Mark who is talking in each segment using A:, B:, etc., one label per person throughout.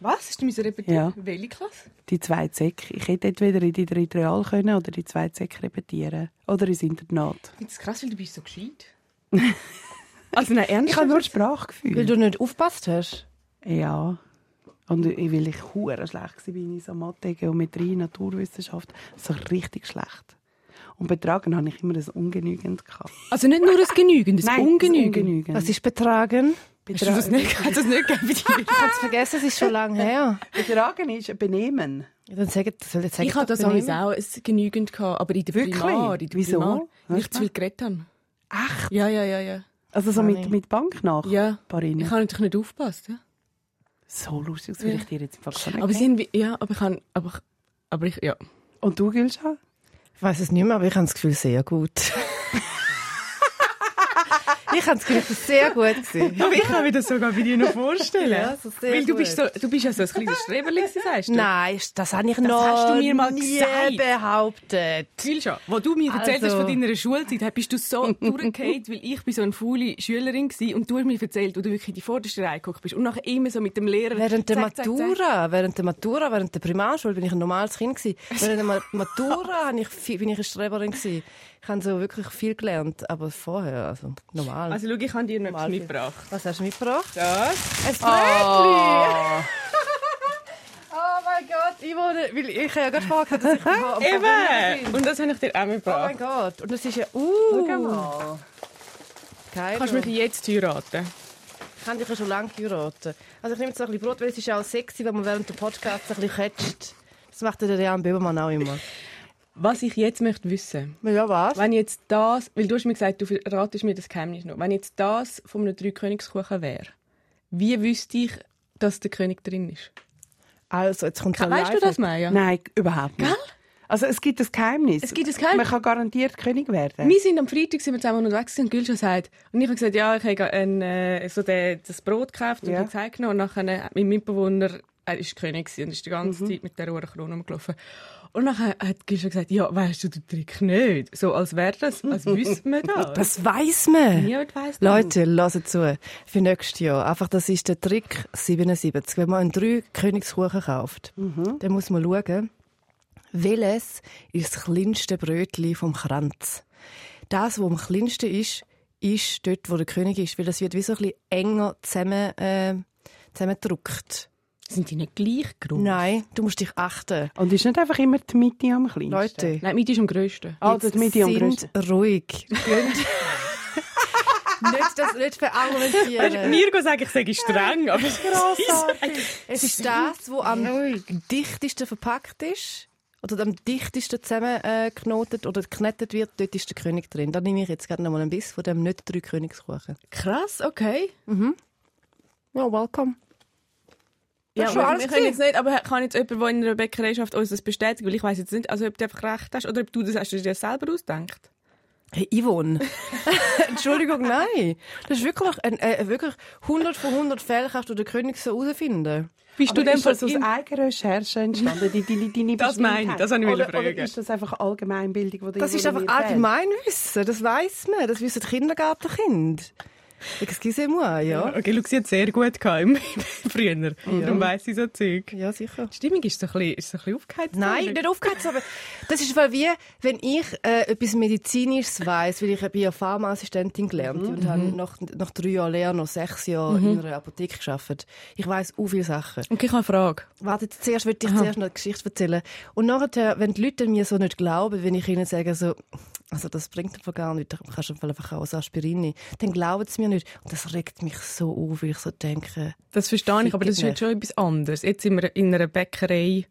A: Was? Hast du müssen repetieren?
B: Ja.
A: Welche Klasse?
B: Die zwei Säck. Ich hätte entweder in die dritte Real können oder die zwei Säck repetieren. Oder ins Internat.
A: Ich finde es krass, weil du bist so gescheit.
C: Also nein,
B: Ich habe nur
C: ernsthaft? Weil
B: Sprachgefühl.
C: du nicht aufgepasst hast.
B: Ja. Und ich- weil ich hure schlecht war in so Mathe, Geometrie, Naturwissenschaft. So richtig schlecht. Und betragen habe ich immer ein ungenügend gehabt.
A: Also nicht nur das Genügend, das
B: Nein,
A: Ungenügend.
B: das Ungenügend.
C: Was ist betragen?
A: Hast du das nicht, hast du das nicht gegeben bei dir?
C: Ich habe es vergessen, es ist schon lange her.
B: Betragen ist Benehmen.
C: Ja, Dann sag, soll jetzt sagen,
A: Ich hatte das
C: doch
A: damals
C: benehmen.
A: auch ein genügend, gehabt, aber in der
B: Wirklich?
A: Primar. In der
B: Wieso?
A: Primar, weil ich
B: Weißt
A: zu
B: du?
A: viel geredet habe.
B: Echt?
A: Ja, ja, ja, ja.
B: Also so
C: Nein.
B: mit, mit Banknachbarinnen.
A: ja. Ich habe natürlich nicht aufgepasst. Ja.
B: So lustig, das würde ich dir jetzt im Fall schon
A: Aber, sie haben, wie- ja, aber ich habe... Aber, ich- aber ich, ja.
B: Und du, Gülscha?
C: Ich weiß es nicht mehr, aber ich habe das Gefühl, sehr gut. ich habe das Gefühl, es war sehr gut. gewesen.
A: Aber ich kann mir das sogar bei dir noch vorstellen.
C: Ja, so sehr
A: Weil du
C: gut.
A: bist, so, du bist ja so ein kleines Streberli, gewesen, sagst du?
C: Nein, das habe ich noch
A: hast du mir mal
C: nie
A: gesagt.
C: behauptet.
A: Viel schon. Wo du mir erzählt
C: Also-
A: hast von deiner Schulzeit, bist du so durchgefallen, weil ich bin so eine faule Schülerin war und du hast mir erzählt, wo du wirklich in die vorderste Reihe geguckt bist und nachher immer so mit dem Lehrer...
C: Während der
A: zack, zack, zack.
C: Matura, während der Matura, während der Primarschule bin ich ein normales Kind gewesen. Während der Ma- Matura habe ich viel, bin ich eine Streberin gewesen. Ich habe so wirklich viel gelernt, aber vorher, also normal.
A: Also schau, ich habe dir noch etwas mitgebracht.
C: Was hast du mitgebracht?
A: Das?
C: Ein Brötchen! Oh. mein Gott, ich wurde, weil ich habe ja gerade vorher gesagt, dass ich auf- auf-
A: Eben! Und das habe ich dir auch
C: Oh
A: mitgebracht.
C: mein Gott, und das ist ja, uh.
B: mal.
C: Keine
A: Kannst du mich jetzt heiraten?
C: Ich habe dich ja schon lange geheiratet. Also ich nehme jetzt noch ein bisschen Brot, weil es ist ja auch sexy, wenn man während der Podcasts ein bisschen quetscht. Das macht ja der Jan Böhmermann auch immer.
A: Was ich jetzt möchte wissen,
C: Ja, was?
A: wenn jetzt das, weil du hast mir gesagt, du ratest mir das Geheimnis noch, wenn jetzt das von einem Dreikönigskuchen wäre, wie wüsste ich, dass der König drin ist?
C: Also, jetzt kommt so
A: weißt du
C: live-
A: das, Maya?
B: Nein, überhaupt nicht. Also es gibt ein Geheimnis.
A: Es gibt ein Geheimnis.
B: Man kann garantiert König werden.
A: Wir sind am Freitag sind wir zusammen unterwegs gewesen und Gülscha sagt, und ich habe gesagt, ja, ich habe ein, äh, so den, das Brot gekauft und
B: Ja.
A: yeah. gezeigt genommen. und nachher hat mein Mitbewohner, er ist König gewesen und ist die ganze Zeit mit der Ohrenkrone rumgelaufen. Und nachher hat Gülscha gesagt, ja, weißt du, du Trick nicht. So, als wäre das, als wüsste man das.
C: Das weiß man.
A: Niemand weiss das.
C: Leute, lasst zu. Für nächstes Jahr. Einfach, das ist der Trick 77. Wenn man einen drei Königskuchen kauft, dann muss man schauen, welches ist das kleinste Brötchen vom Kranz. Das, was am kleinsten ist, ist dort, wo der König ist. Weil das wird wie so ein bisschen enger zusammen, äh, zusammengedrückt.
A: Sind die nicht gleich groß?
C: Nein, du musst dich achten.
B: Und ist nicht einfach immer die Mitte am kleinsten.
C: Leute.
A: Nein, mit ist am grössten.
B: Ah,
C: Jetzt
B: die Mitte am
C: sind
B: grössten.
C: ruhig. nicht das nicht verargumentieren.
A: Mir sagen, ich sage streng, aber
C: Es ist das, wo am dichtesten verpackt ist oder am dichtesten zusammengeknotet oder geknettet wird, dort ist der König drin. Da nehme ich jetzt gerade noch mal ein bisschen von dem nicht drei Königskuchen.
A: krass, okay.
C: Ja, welcome.
A: Ja,
C: schon
A: aber
C: alles
A: wir können jetzt
C: gewesen.
A: nicht, aber kann jetzt jemand, der in einer Bäckerei schafft, uns das bestätigen? Weil ich weiss jetzt nicht, also ob du einfach recht hast oder ob du das hast du dir selber ausgedacht.
C: Hey, Yvonne. Entschuldigung, nein. Das ist wirklich, ein, äh, wirklich 100 von 100 Fällen kannst du den König so herausfinden.
A: Bist
B: Aber
A: du denn
B: ist das
A: von
B: aus
A: in...
B: eigener Recherche entstanden, die deine, deine
A: Das meine ich,
B: Bestimmtheit?
A: das wollte ich
B: oder,
A: fragen.
B: Oder ist das einfach Allgemeinbildung, die dir
C: Das ist einfach
B: eruiert wird?
C: Allgemeinwissen. Das weiß man. Das wissen die Kindergartenkinder. Excusez-moi, ja.
A: Okay, Luxi hat sehr gut gehabt im früher. Darum weiss ich so Zeug.
C: Ja, sicher.
A: Die Stimmung ist so ein bisschen, ist so ein bisschen aufgeheizt.
C: Nein, nicht aufgeheizt, aber das ist weil wie, wenn ich äh, etwas Medizinisches weiss, weil ich bin ja Pharmaassistentin gelernt und habe nach, nach drei Jahren Lehre noch sechs Jahre in einer Apotheke gearbeitet. Ich weiss auch viele Sachen.
A: Okay, ich habe eine Frage.
C: Warte, zuerst würde ich zuerst noch eine Geschichte erzählen. Und nachher, wenn die Leute mir so nicht glauben, wenn ich ihnen sage, so, also das bringt einfach gar nichts, du kannst einfach einfach auch ein Aspirin nehmen, dann glauben sie mir nicht. Und das regt mich so auf, weil ich so denke,
A: Das verstehe ich, aber das ist
C: Fickt
A: jetzt schon etwas anderes. Jetzt sind wir in einer Bäckerei,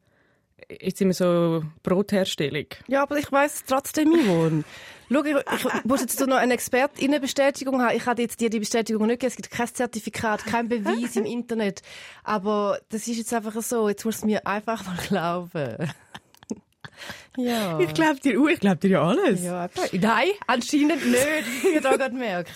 A: jetzt sind wir so Brotherstellung.
C: Ja, aber ich weiss es trotzdem, Yvonne. Schau, ich, ich muss jetzt so noch eine Expertinnenbestätigung haben. Ich habe jetzt dir die Bestätigung nicht gegeben. Es gibt kein Zertifikat, kein Beweis im Internet. Aber das ist jetzt einfach so. Jetzt musst du mir einfach mal glauben. ja.
A: glaube dir, uh, ich glaube dir ja alles.
C: ja, einfach- Nein, anscheinend nicht. Wie ihr da gerade merkt.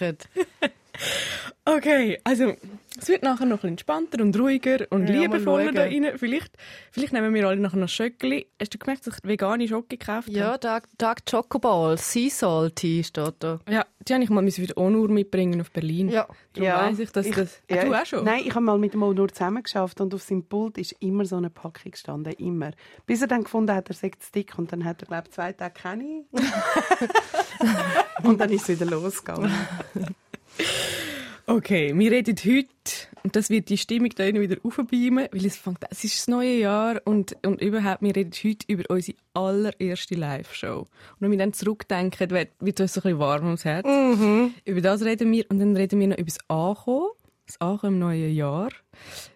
A: Okay, also es wird nachher noch ein bisschen entspannter und ruhiger und
C: Ja, mal
A: liebevoller
C: schauen.
A: da rein. Vielleicht, vielleicht nehmen wir alle nachher noch Schöckli. Hast du gemerkt, dass ich vegane Schocke gekauft
C: Ja, Dark, Dark Chocoball, Sea Salt Tea steht da.
A: habe? Ja, die habe ich mal müssen wieder auch nur mitbringen auf Berlin.
C: Ja.
A: Darum weiss ich, dass das... Ah,
B: ja,
A: du auch schon?
B: Nein, ich habe mal mit dem Onur zusammengeschafft und auf seinem Pult ist immer so eine Packung gestanden, immer. Bis er dann gefunden hat, er sei zu dick und dann hat er, glaube ich, zwei Tage keine. und dann ist es wieder losgegangen.
A: Okay, wir reden heute und das wird die Stimmung da innen wieder aufbeamen, weil es fängt, es ist das neue Jahr und, und überhaupt, wir reden heute über unsere allererste Live-Show. Und wenn wir dann zurückdenken, wird, wird uns so ein bisschen warm ums Herz. Über das reden wir und dann reden wir noch über das Ankommen, das Ankommen im neuen Jahr,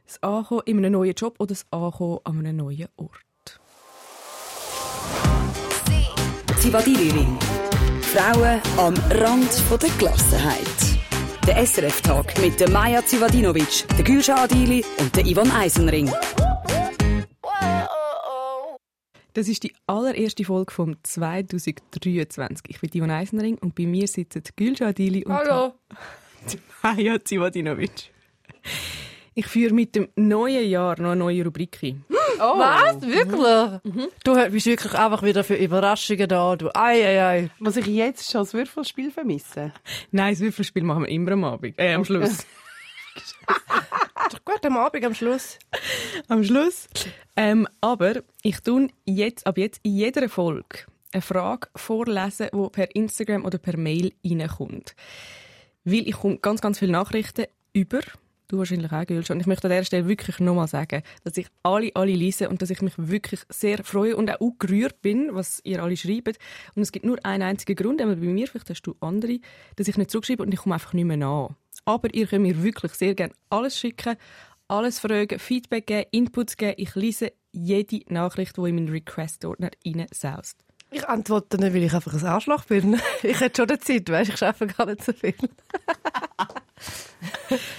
A: das Ankommen in einem neuen Job oder das Ankommen an einem neuen Ort.
D: Zivadiliring. Frauen am Rand von der Gelassenheit. Der SRF-Tag mit der Maja Zivadinovic, der Gülscha Adili und der Ivan Eisenring.
A: Das ist die allererste Folge vom 2023. Ich bin Dion Eisenring und bei mir sitzen Gülşah Adili und Maja Ah, Zivadinovic. Ich führe mit dem neuen Jahr noch eine neue Rubrik ein.
C: Was? Wirklich? Oh. Mhm. Du bist wirklich einfach wieder für Überraschungen da. Du, ei, ei, ei.
B: Muss ich jetzt schon das Würfelspiel vermissen?
A: Nein, das Würfelspiel machen wir immer am Abend. Äh, am Schluss.
C: Ist doch gut am Abend, am Schluss.
A: am Schluss. Ähm, aber ich tue jetzt, ab jetzt in jeder Folge eine Frage vorlesen, die per Instagram oder per Mail reinkommt. Weil ich komme ganz, ganz viele Nachrichten über. Du wahrscheinlich auch, Gülsch. Und ich möchte an dieser Stelle wirklich nochmal sagen, dass ich alle, alle lese und dass ich mich wirklich sehr freue und auch gerührt bin, was ihr alle schreibt. Und es gibt nur einen einzigen Grund, aber bei mir, vielleicht hast du andere, dass ich nicht zurückschreibe und ich komme einfach nicht mehr nach. Aber ihr könnt mir wirklich sehr gerne alles schicken, alles fragen, Feedback geben, Inputs geben. Ich lese jede Nachricht, die in meinen Request-Ordner reinsaust.
C: Ich antworte nicht, weil ich einfach ein Arschloch bin. Ich hätte schon eine Zeit, weißt ich schaffe gar nicht so viel.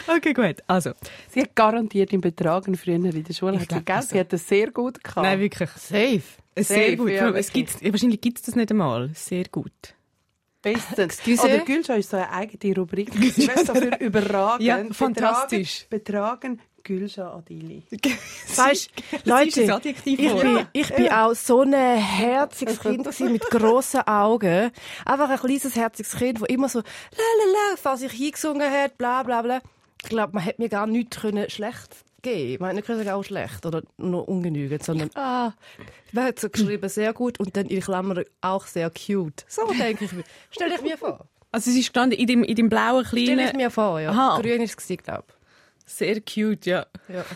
A: Okay, gut. Also,
B: Sie hat garantiert im Betragen früher in der Schule.
A: Ich
B: Hat sie,
A: glaub,
B: gell?
A: also-
B: sie hat das sehr gut gehabt.
A: nein, wirklich.
C: Safe.
A: Sehr
B: Safe,
A: gut.
B: ja,
A: Vor allem, es
B: wirklich.
A: gibt's, wahrscheinlich gibt es das nicht einmal. Sehr gut.
B: Bestens.
C: Excuse?
B: Oder Gülscha ist so eine eigene Rubrik. Ich weiß dafür überragend.
A: Ja, fantastisch.
B: Betragen, betragen Gülscha Adili.
C: Weißt,
A: ist ein
C: Leute,
A: Adjektiv,
C: ich
A: oder?
C: bin, ich bin auch so ein herziges Kind gewesen, mit grossen Augen. Einfach ein kleines herziges Kind, wo immer so la la la, falls ich hingesungen hat, bla bla bla. Ich glaube, man hätte mir gar nichts können schlecht geben. Man hätte nicht können sagen, auch schlecht oder nur ungenügend, sondern ah, man hat so geschrieben sehr gut und dann in Klammern auch sehr cute. So denke ich mir. Stell ich mir vor.
A: Also es ist gestanden in dem, in dem blauen
C: Stell ich
A: kleinen...
C: mir vor, ja.
A: Aha.
C: Grün ist es, glaube
A: Sehr cute, ja.
C: ich.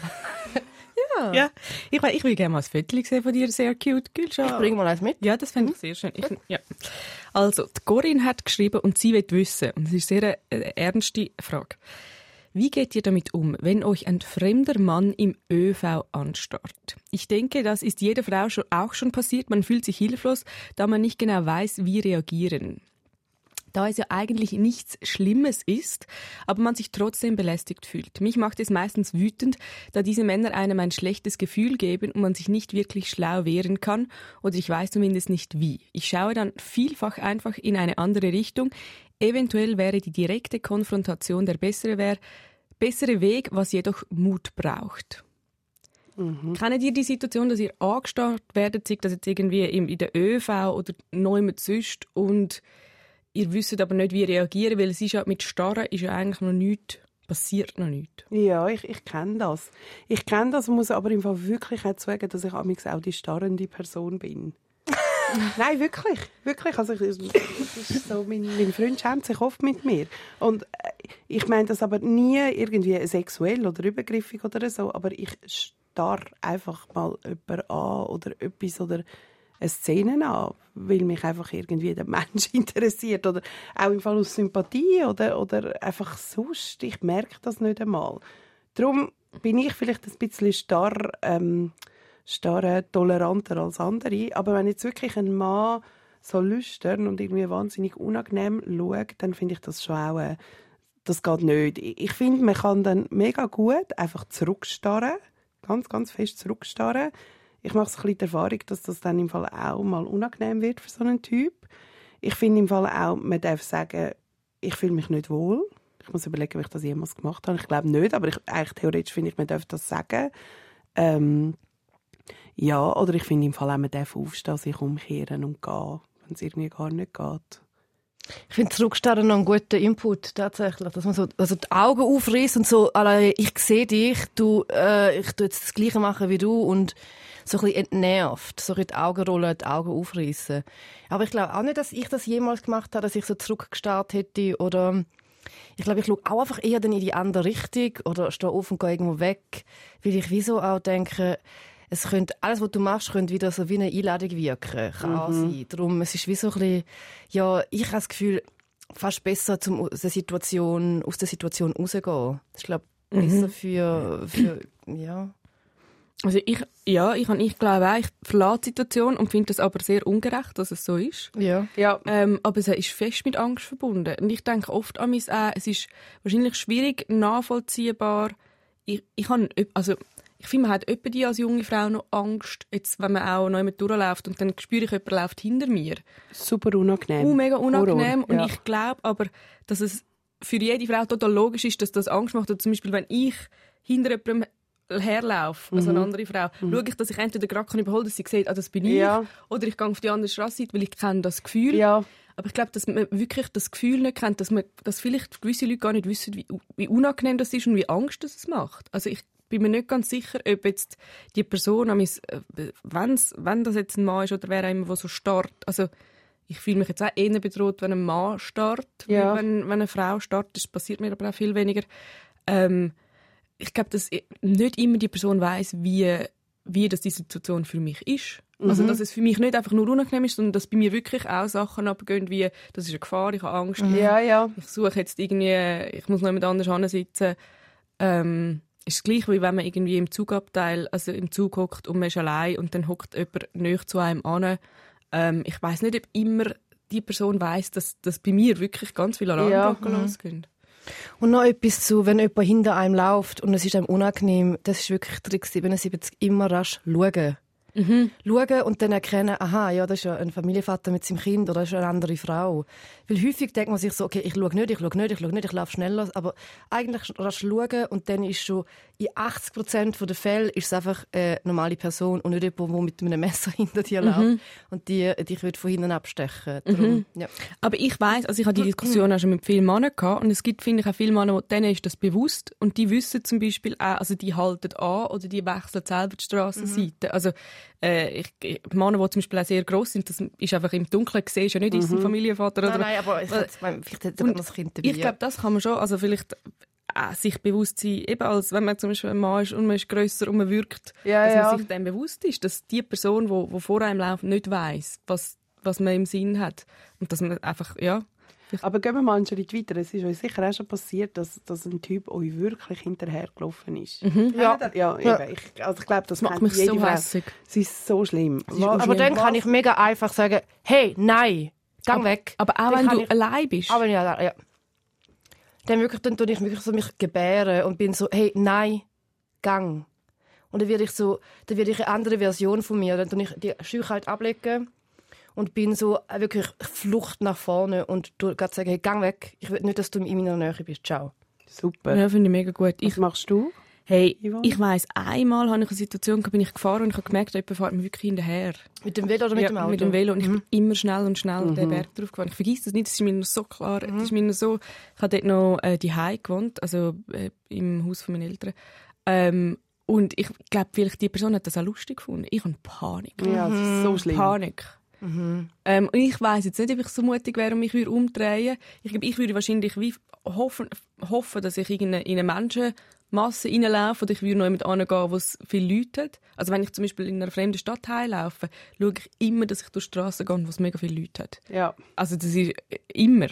C: Ja.
A: ja. Ich, mein, ich will gerne mal ein Viertel sehen von dir. Sehr cute, Gülscha.
C: Bring mal Hm? eins mit.
A: Ja, das finde ich sehr schön. Ich, ja. Also, die Corinne hat geschrieben und sie will wissen, und es ist sehr eine, eine ernste Frage. Wie geht ihr damit um, wenn euch ein fremder Mann im ÖV anstarrt? Ich denke, das ist jeder Frau schon, auch schon passiert. Man fühlt sich hilflos, da man nicht genau weiß, wie reagieren. Da es ja eigentlich nichts Schlimmes ist, aber man sich trotzdem belästigt fühlt. Mich macht es meistens wütend, da diese Männer einem ein schlechtes Gefühl geben und man sich nicht wirklich schlau wehren kann oder ich weiß zumindest nicht wie. Ich schaue dann vielfach einfach in eine andere Richtung. Eventuell wäre die direkte Konfrontation der bessere, wär, bessere Weg, was jedoch Mut braucht. Kennt ihr die Situation, dass ihr angestarrt werdet, sei das jetzt irgendwie im, in der ÖV oder neu sonst und ihr wisst aber nicht, wie reagieren, weil es ist ja mit Starren ist ja eigentlich noch nichts, passiert noch nichts.
B: Ja, ich, ich kenne das. Ich kenne das, muss aber im Fall wirklich auch sagen, dass ich amigs auch die starrende Person bin. Nein, wirklich, wirklich. Also ich, es ist so, mein, mein Freund schämt sich oft mit mir. Und äh, ich meine das aber nie irgendwie sexuell oder übergriffig oder so, aber ich starr einfach mal jemanden an oder etwas oder eine Szene an, weil mich einfach irgendwie der Mensch interessiert oder auch im Fall aus Sympathie oder, oder einfach sonst. Ich merke das nicht einmal. Darum bin ich vielleicht ein bisschen starr, ähm, starr äh, toleranter als andere. Aber wenn jetzt wirklich ein Mann so lüstern und irgendwie wahnsinnig unangenehm schaut, dann finde ich das schon auch, äh, das geht nicht. Ich, ich finde, man kann dann mega gut einfach zurückstarren, ganz, ganz fest zurückstarren. Ich mache so ein bisschen die Erfahrung, dass das dann im Fall auch mal unangenehm wird für so einen Typ. Ich finde im Fall auch, man darf sagen, ich fühle mich nicht wohl. Ich muss überlegen, ob ich das jemals gemacht habe. Ich glaube nicht, aber ich, eigentlich theoretisch finde ich, man darf das sagen. Ähm, ja, oder ich finde im Fall auch, man darf aufstehen, sich umkehren und gehen, wenn es irgendwie gar nicht geht.
C: Ich finde Zurückstarren noch einen guten Input, tatsächlich. Dass man so also die Augen aufreißt und so, «Alle, ich sehe dich, du, äh, ich tu jetzt das Gleiche machen wie du und so ein bisschen entnervt. So ein bisschen die Augen rollen, die Augen aufreißen. Aber ich glaube auch nicht, dass ich das jemals gemacht habe, dass ich so zurückgestarrt hätte oder ich glaube, ich schaue auch einfach eher dann in die andere Richtung oder stehe auf und gehe irgendwo weg, weil ich wieso auch denke, es könnte, alles, was du machst, könnte wieder so wie eine Einladung wirken. Kann auch sein. Darum, es ist wie so ein bisschen, ja, ich habe das Gefühl, fast besser zum, aus, der Situation, aus der Situation rausgehen. Das ist, glaube ich, besser für, für, ja.
A: Also ich, ja, ich, habe- ich glaube auch, ich verlasse die Situation und finde das aber sehr ungerecht, dass es so ist.
C: Ja.
B: Ja,
A: Ähm, aber es ist fest mit Angst verbunden. Und ich denke oft an mich auch, es ist wahrscheinlich schwierig nachvollziehbar. Ich, ich habe, öp- also, ich finde, man hat öppe die als junge Frau noch Angst, jetzt, wenn man auch noch jemand durchläuft und dann spüre ich, jemand läuft hinter mir.
B: super Oh, unangenehm.
A: Uh, mega unangenehm.
B: Horror,
A: Und
B: ja.
A: ich glaube aber, dass es für jede Frau total logisch ist, dass das Angst macht. Und zum Beispiel, wenn ich hinter jemandem herlaufe, also
B: Mhm.
A: eine andere Frau, schaue ich, dass ich entweder gerade kann überholen kann, dass sie sieht, ah, das bin ich,
B: Ja.
A: oder ich gehe auf die andere Straße, weil ich kenne das Gefühl.
B: Ja,
A: Aber ich glaube, dass man wirklich das Gefühl nicht kennt, dass, man, dass vielleicht gewisse Leute gar nicht wissen, wie, wie unangenehm das ist und wie Angst das es macht. Also ich bin mir nicht ganz sicher, ob jetzt die Person, an mein- äh, wenn's, wenn das jetzt ein Mann ist oder wer auch immer, der so starrt, also ich fühle mich jetzt auch eher bedroht, wenn ein Mann starrt,
B: Ja.
A: weil wenn, wenn eine Frau starrt, das passiert mir aber auch viel weniger. Ähm, ich glaube, dass i- nicht immer die Person weiß, wie, wie das die Situation für mich ist. Also, dass es für mich nicht einfach nur unangenehm ist, sondern dass bei mir wirklich auch Sachen abgehen, wie, das ist eine Gefahr, ich habe Angst,
B: ja, ja.
A: ich suche jetzt irgendwie, ich muss noch jemand anders hinsitzen. Ähm, ist gleich, wie wenn man irgendwie im Zugabteil, also im Zug hockt und man ist allein und dann hockt jemand näher zu einem an. Ähm, ich weiß nicht, ob immer die Person weiß, dass, dass bei mir wirklich ganz viele Alarmglocken losgehen.
C: Und noch etwas zu, wenn jemand hinter einem läuft und es ist einem unangenehm, das ist wirklich Trick 77, immer rasch schauen.
A: Mhm.
C: Schauen und dann erkennen, aha, ja, das ist ja ein Familienvater mit seinem Kind oder das ist eine andere Frau. Weil häufig denkt man sich so, okay, ich schaue nicht, ich schaue nicht, ich schaue nicht, ich laufe schneller. Aber eigentlich rasch schauen und dann ist schon in 80 Prozent der Fälle ist es einfach eine normale Person und nicht jemand, der mit einem Messer hinter dir
A: Mhm.
C: läuft und die, dich wird von hinten abstechen. Darum, ja.
A: Aber ich weiß, also ich habe die Diskussion auch schon mit vielen Männern gehabt und es gibt, finde ich, auch viele Männer, die- denen ist das bewusst und die wissen zum Beispiel auch, also die halten an oder die wechseln selber die
C: Mhm.
A: Strassenseite. Also äh, ich, ich, Männer, die zum Beispiel auch sehr gross sind, das ist einfach im Dunkeln gesehen, ist ja nicht ist es ein Familienvater oder
C: Mhm. Nein, nein, aber ich, ich, vielleicht hat er
A: Und
C: das Kind dabei.
A: ich glaube, das kann man schon, also vielleicht äh, sich bewusst sein, eben als wenn man zum Beispiel ein Mann ist und man ist grösser und man wirkt,
B: Ja,
A: dass
B: ja.
A: man sich dem bewusst ist, dass die Person, die wo, wo vor einem läuft, nicht weiß, was, was man im Sinn hat. Und dass man einfach, ja,
B: Aber gehen wir mal einen Schritt weiter. Es ist euch sicher auch schon passiert, dass, dass ein Typ euch wirklich hinterhergelaufen ist. Ja, Mhm. ja, eben. Ich, also ich glaube, das
A: macht
B: kennt
A: mich
B: jede
A: so
B: Frau.
A: hässig.
B: Es ist so schlimm.
C: Aber dann kann ich mega einfach sagen, hey, nein, geh weg.
A: Aber auch
C: Dann
A: wenn
C: kann
A: du
C: ich-
A: allein bist.
C: Aber ja, ja. Dann wirklich, dann tue ich wirklich so mich gebären und bin so, hey, nein, gang. Und dann werde ich so, dann werde ich eine andere Version von mir. Dann tue ich die Scheuchheit ablegen und bin so äh, wirklich Flucht nach vorne und tu- grad sagen, hey, gang weg. Ich will nicht, dass du in meiner Nähe bist. Ciao.
B: Super.
A: ja, finde ich mega gut. Ich,
B: Was machst du?
A: hey,
B: Yvonne?
A: ich weiss, einmal hatte ich eine Situation, da bin ich gefahren und ich habe gemerkt, jemand fährt mir wirklich hinterher.
C: Mit dem Velo oder mit
A: ja,
C: dem Auto? Mhm.
A: Mit dem Velo. Und ich bin immer schnell und schnell den Berg drauf gefahren. Ich vergesse das nicht, das ist mir noch so klar. Das
C: Mhm.
A: ist mir noch so, ich habe dort noch äh, die gewohnt, also äh, im Haus von meinen Eltern. Ähm, und ich glaube, vielleicht die Person hat das auch lustig gefunden. Ich habe Panik.
B: Ja, es ist so schlimm.
A: Panik. Ähm, und ich weiß jetzt nicht, ob ich so mutig wäre und mich würde umdrehen. Ich glaube, ich würde wahrscheinlich wie hoffen, hoffen, dass ich in eine, in eine Menschenmasse reinlaufe oder ich würde noch jemand angehen, wo es viele Leute hat. Also wenn ich zum Beispiel in einer fremden Stadt heimlaufe, schaue ich immer, dass ich durch die Straße gehe, wo es mega viele Leute hat.
B: Ja.
A: Also das ist äh, immer.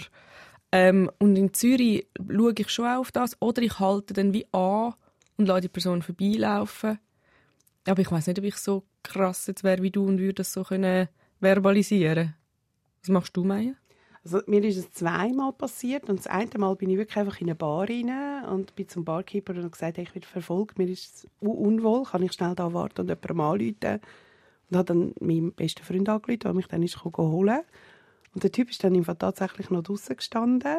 A: Ähm, und in Zürich schaue ich schon auch auf das. Oder ich halte dann wie an und lasse die Person vorbeilaufen. Aber ich weiß nicht, ob ich so krass jetzt wäre wie du und würde das so können verbalisieren. Was machst du, Maya?
B: Also, mir ist es zweimal passiert und das eine Mal bin ich wirklich einfach in eine Bar rein und bin zum Barkeeper und habe gesagt, hey, ich werde verfolgt, mir ist es u- unwohl, kann ich schnell da warten und jemandem anrufen. Und habe dann meinen besten Freund angerufen, der mich dann ist gekommen holen Und der Typ ist dann im Fall tatsächlich noch draußen gestanden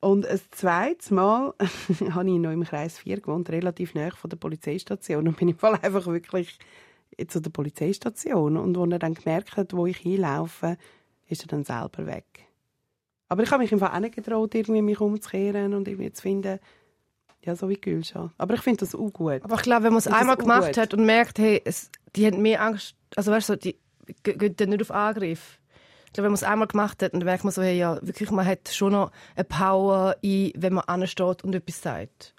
B: Und ein zweites Mal habe ich noch im Kreis 4 gewohnt, relativ nahe von der Polizeistation. Und bin ich voll einfach wirklich zu der Polizeistation. Und als er dann gemerkt hat, wo ich hinlaufe, ist er dann selber weg. Aber ich habe mich im Fall auch nicht getraut, irgendwie mich umzukehren und irgendwie zu finden, ja, so wie Gülscha. Aber ich finde das auch gut.
C: Aber ich glaube, wenn man es
B: Ich finde
C: einmal
B: das
C: gemacht
B: ungut.
C: hat und merkt, hey, es, die haben mehr Angst, also weißt du, die ge- gehen dann nicht auf Angriff. Ich glaube, wenn man es einmal gemacht hat, dann merkt man so, hey, ja, wirklich, man hat schon noch eine Power in, wenn man ansteht und etwas sagt.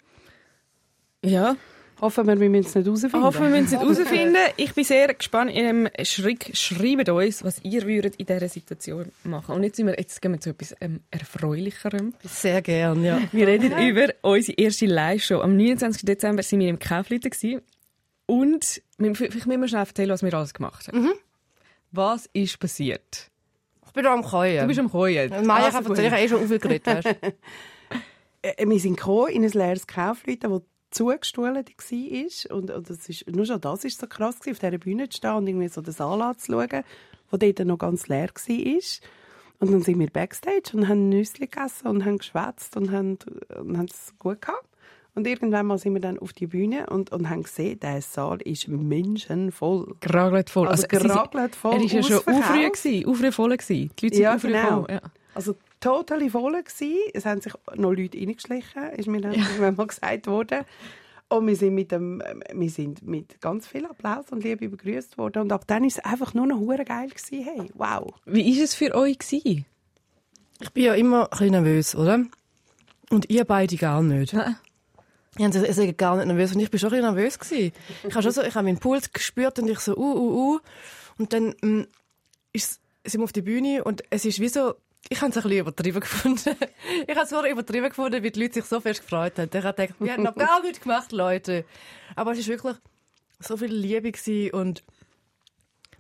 A: Ja.
B: Hoffen wir, wir müssen es nicht herausfinden.
A: Ah, Hoffen wir müssen es nicht herausfinden. Ich bin sehr gespannt. In einem Schrick schreibt uns, was ihr würdet in dieser Situation machen. Und jetzt, sind wir, jetzt gehen wir zu etwas ähm, Erfreulicherem.
C: Sehr gern, ja.
A: Wir reden über unsere erste Live-Show. Am 29. Dezember waren wir im Kaufleuten. gewesen. Und wir- vielleicht müssen wir schnell erzählen, was wir alles gemacht haben.
B: Mhm.
A: Was ist passiert?
C: Ich bin da am Keuen.
A: Du bist am Heulen.
C: Maja, ich
A: Also
C: habe
A: gut.
C: natürlich eh schon aufgeregt, weißt du.
B: Äh, wir sind gekommen in ein leeres Kaufleuten, das zugestohlen war. Und, und das ist, nur schon das war so krass, gewesen, auf dieser Bühne zu stehen und irgendwie so den Saal anzuschauen, der dort noch ganz leer war. Und dann sind wir Backstage und haben Nüsse gegessen und haben geschwätzt und haben, und haben es gut gehabt. Und irgendwann mal sind wir dann auf die Bühne und, und haben gesehen, der Saal ist menschenvoll.
A: Geragelt voll.
B: Also
A: es ist-
B: geragelt voll,
A: Er war ja schon
B: ausverkauft.
A: aufrühr, gewesen, aufrühr voll. Gewesen. Die Leute sind
B: Ja,
A: aufrühr
B: genau.
A: voll. Ja.
B: Also total voll gsi. Es haben sich noch Leute reingeschlichen, ist mir dann irgendwann mal gesagt worden. Und wir sind, mit dem, wir sind mit ganz viel Applaus und Liebe begrüßt worden. Und ab dann war es einfach nur noch hure geil. Gewesen. Hey, wow.
A: Wie war es für euch? Gewesen?
C: Ich bin ja immer ein bisschen nervös, oder? Und ihr beide gar nicht.
A: Nein.
C: Ja, und ich sage gar nicht nervös. Und ich bin schon ein bisschen nervös. Gewesen. Ich habe schon so, ich habe meinen Puls gespürt und ich so, uh, uh, uh. Und dann ähm, ist, sind wir auf die Bühne und es ist wie so, ich habe es ein bisschen übertrieben gefunden. ich habe es vorher übertrieben gefunden, weil die Leute sich so fest gefreut haben. Ich habe gedacht, wir haben noch gar nichts gemacht, Leute. Aber es ist wirklich so viel Liebe gewesen und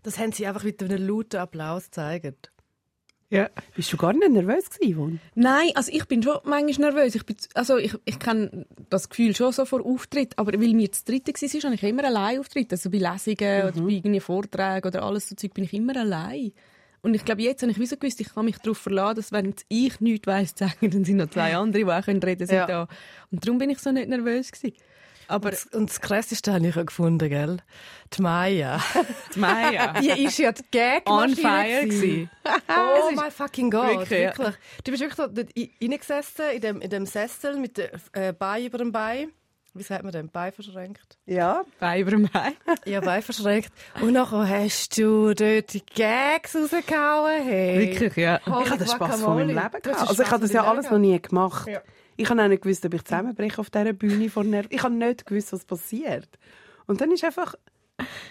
C: das haben sie einfach mit einem lauten Applaus gezeigt.
B: Ja. Bist du gar nicht nervös gewesen, Yvonne?
A: Nein, also ich bin schon manchmal nervös. Ich, bin, zu- also ich, ich kenne das Gefühl schon so vor Auftritt, aber weil mir das dritte war, habe ich immer allein auftritt. Also bei Lesungen oder bei irgendwie Vorträgen oder alles so Zeug bin ich immer allein. Und ich glaube, jetzt habe ich wieso gewusst, ich kann mich darauf verlassen, dass wenn jetzt ich nichts weiss zu sagen, dann sind noch zwei andere, die auch können reden sind
C: Ja.
A: da. Und darum bin ich so nicht nervös gewesen. Aber
C: Das- Und das Krasseste habe ich ja gefunden, gell? Die Maya.
A: die Maya,
C: Die ist ja die gag
A: on fire gewesen.
C: Oh my fucking God.
A: Wirklich,
C: Wirklich,
A: ja.
C: Du bist wirklich dort i- reingesessen, in dem, in dem Sessel mit dem äh, Bein über dem Bein. Wie sagt man denn? Bein verschränkt?
B: Ja.
A: Weiber Mai.
C: Ja, Bein verschränkt. Und nachher hast du dort die Gags rausgehauen. Hey.
A: Wirklich, ja.
C: Holy
B: Ich habe den Spaß von meinem
C: guacamole.
B: Leben
C: Du hast
B: gehabt.
C: den
B: Also ich
C: Spass
B: habe das
C: von
B: ja
C: deinem
B: alles noch
C: Leben
B: nie gemacht.
C: Ja.
B: Ich habe auch nicht gewusst, ob ich zusammenbreche auf dieser Bühne vor Nerven. Ich habe nicht gewusst, was passiert. Und dann ist einfach,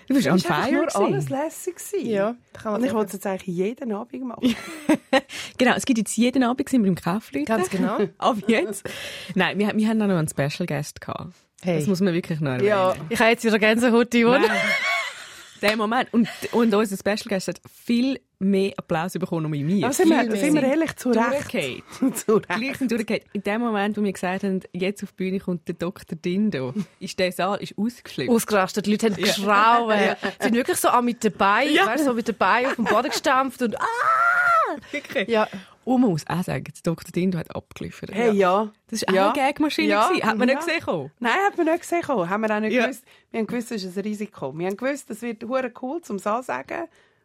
A: Du bist on
B: ist einfach
A: fire
B: nur
A: gewesen.
B: alles lässig gewesen.
C: Ja, das kann man
B: Und ich
C: sagen.
B: wollte es jetzt eigentlich jeden Abend machen.
A: Genau, es gibt jetzt jeden Abend sind wir im Kaufleuten.
C: Ganz genau.
A: Ab jetzt. Nein, wir, wir haben auch noch einen Special Guest gehabt.
C: Hey.
A: Das muss man wirklich noch erwähnen.
B: Ja.
C: gehabt. Ich habe jetzt wieder Gänsehaut, Yvonne.
A: Der Moment. Und, und unser Special Guest hat viel mehr Applaus bekommen als mir.
B: Aber sind
A: Viel
B: wir,
A: mehr.
B: sind wir ehrlich, zu Recht.
A: Durchgefallen.
B: zu Recht.
A: Gleich sind durchgefallen. In dem Moment, wo wir gesagt haben, jetzt auf die Bühne kommt der Dr. Dindo, ist der Saal ist ausgeflippt.
C: ausgerastet. Die Leute haben geschrauen. Sie sind wirklich so auch mit den Beinen,
A: Ja.
C: weißt, du, so mit den Beinen auf den Boden gestampft und ah!
A: Wirklich.
C: Ja.
A: Und man muss auch sagen, der Dr. Dindo hat abgeliefert.
B: Hey, ja.
A: Das war auch
B: Ja. Ah,
A: eine Gagmaschine.
B: Ja.
A: gewesen. Hat man
B: Ja.
A: nicht gesehen? kommen?
B: Nein, haben wir nicht gesehen. kommen. Haben wir auch nicht
A: Ja.
B: gewusst. Wir haben gewusst, es ist ein Risiko. Wir haben gewusst, es wird hure cool zum Saal sagen.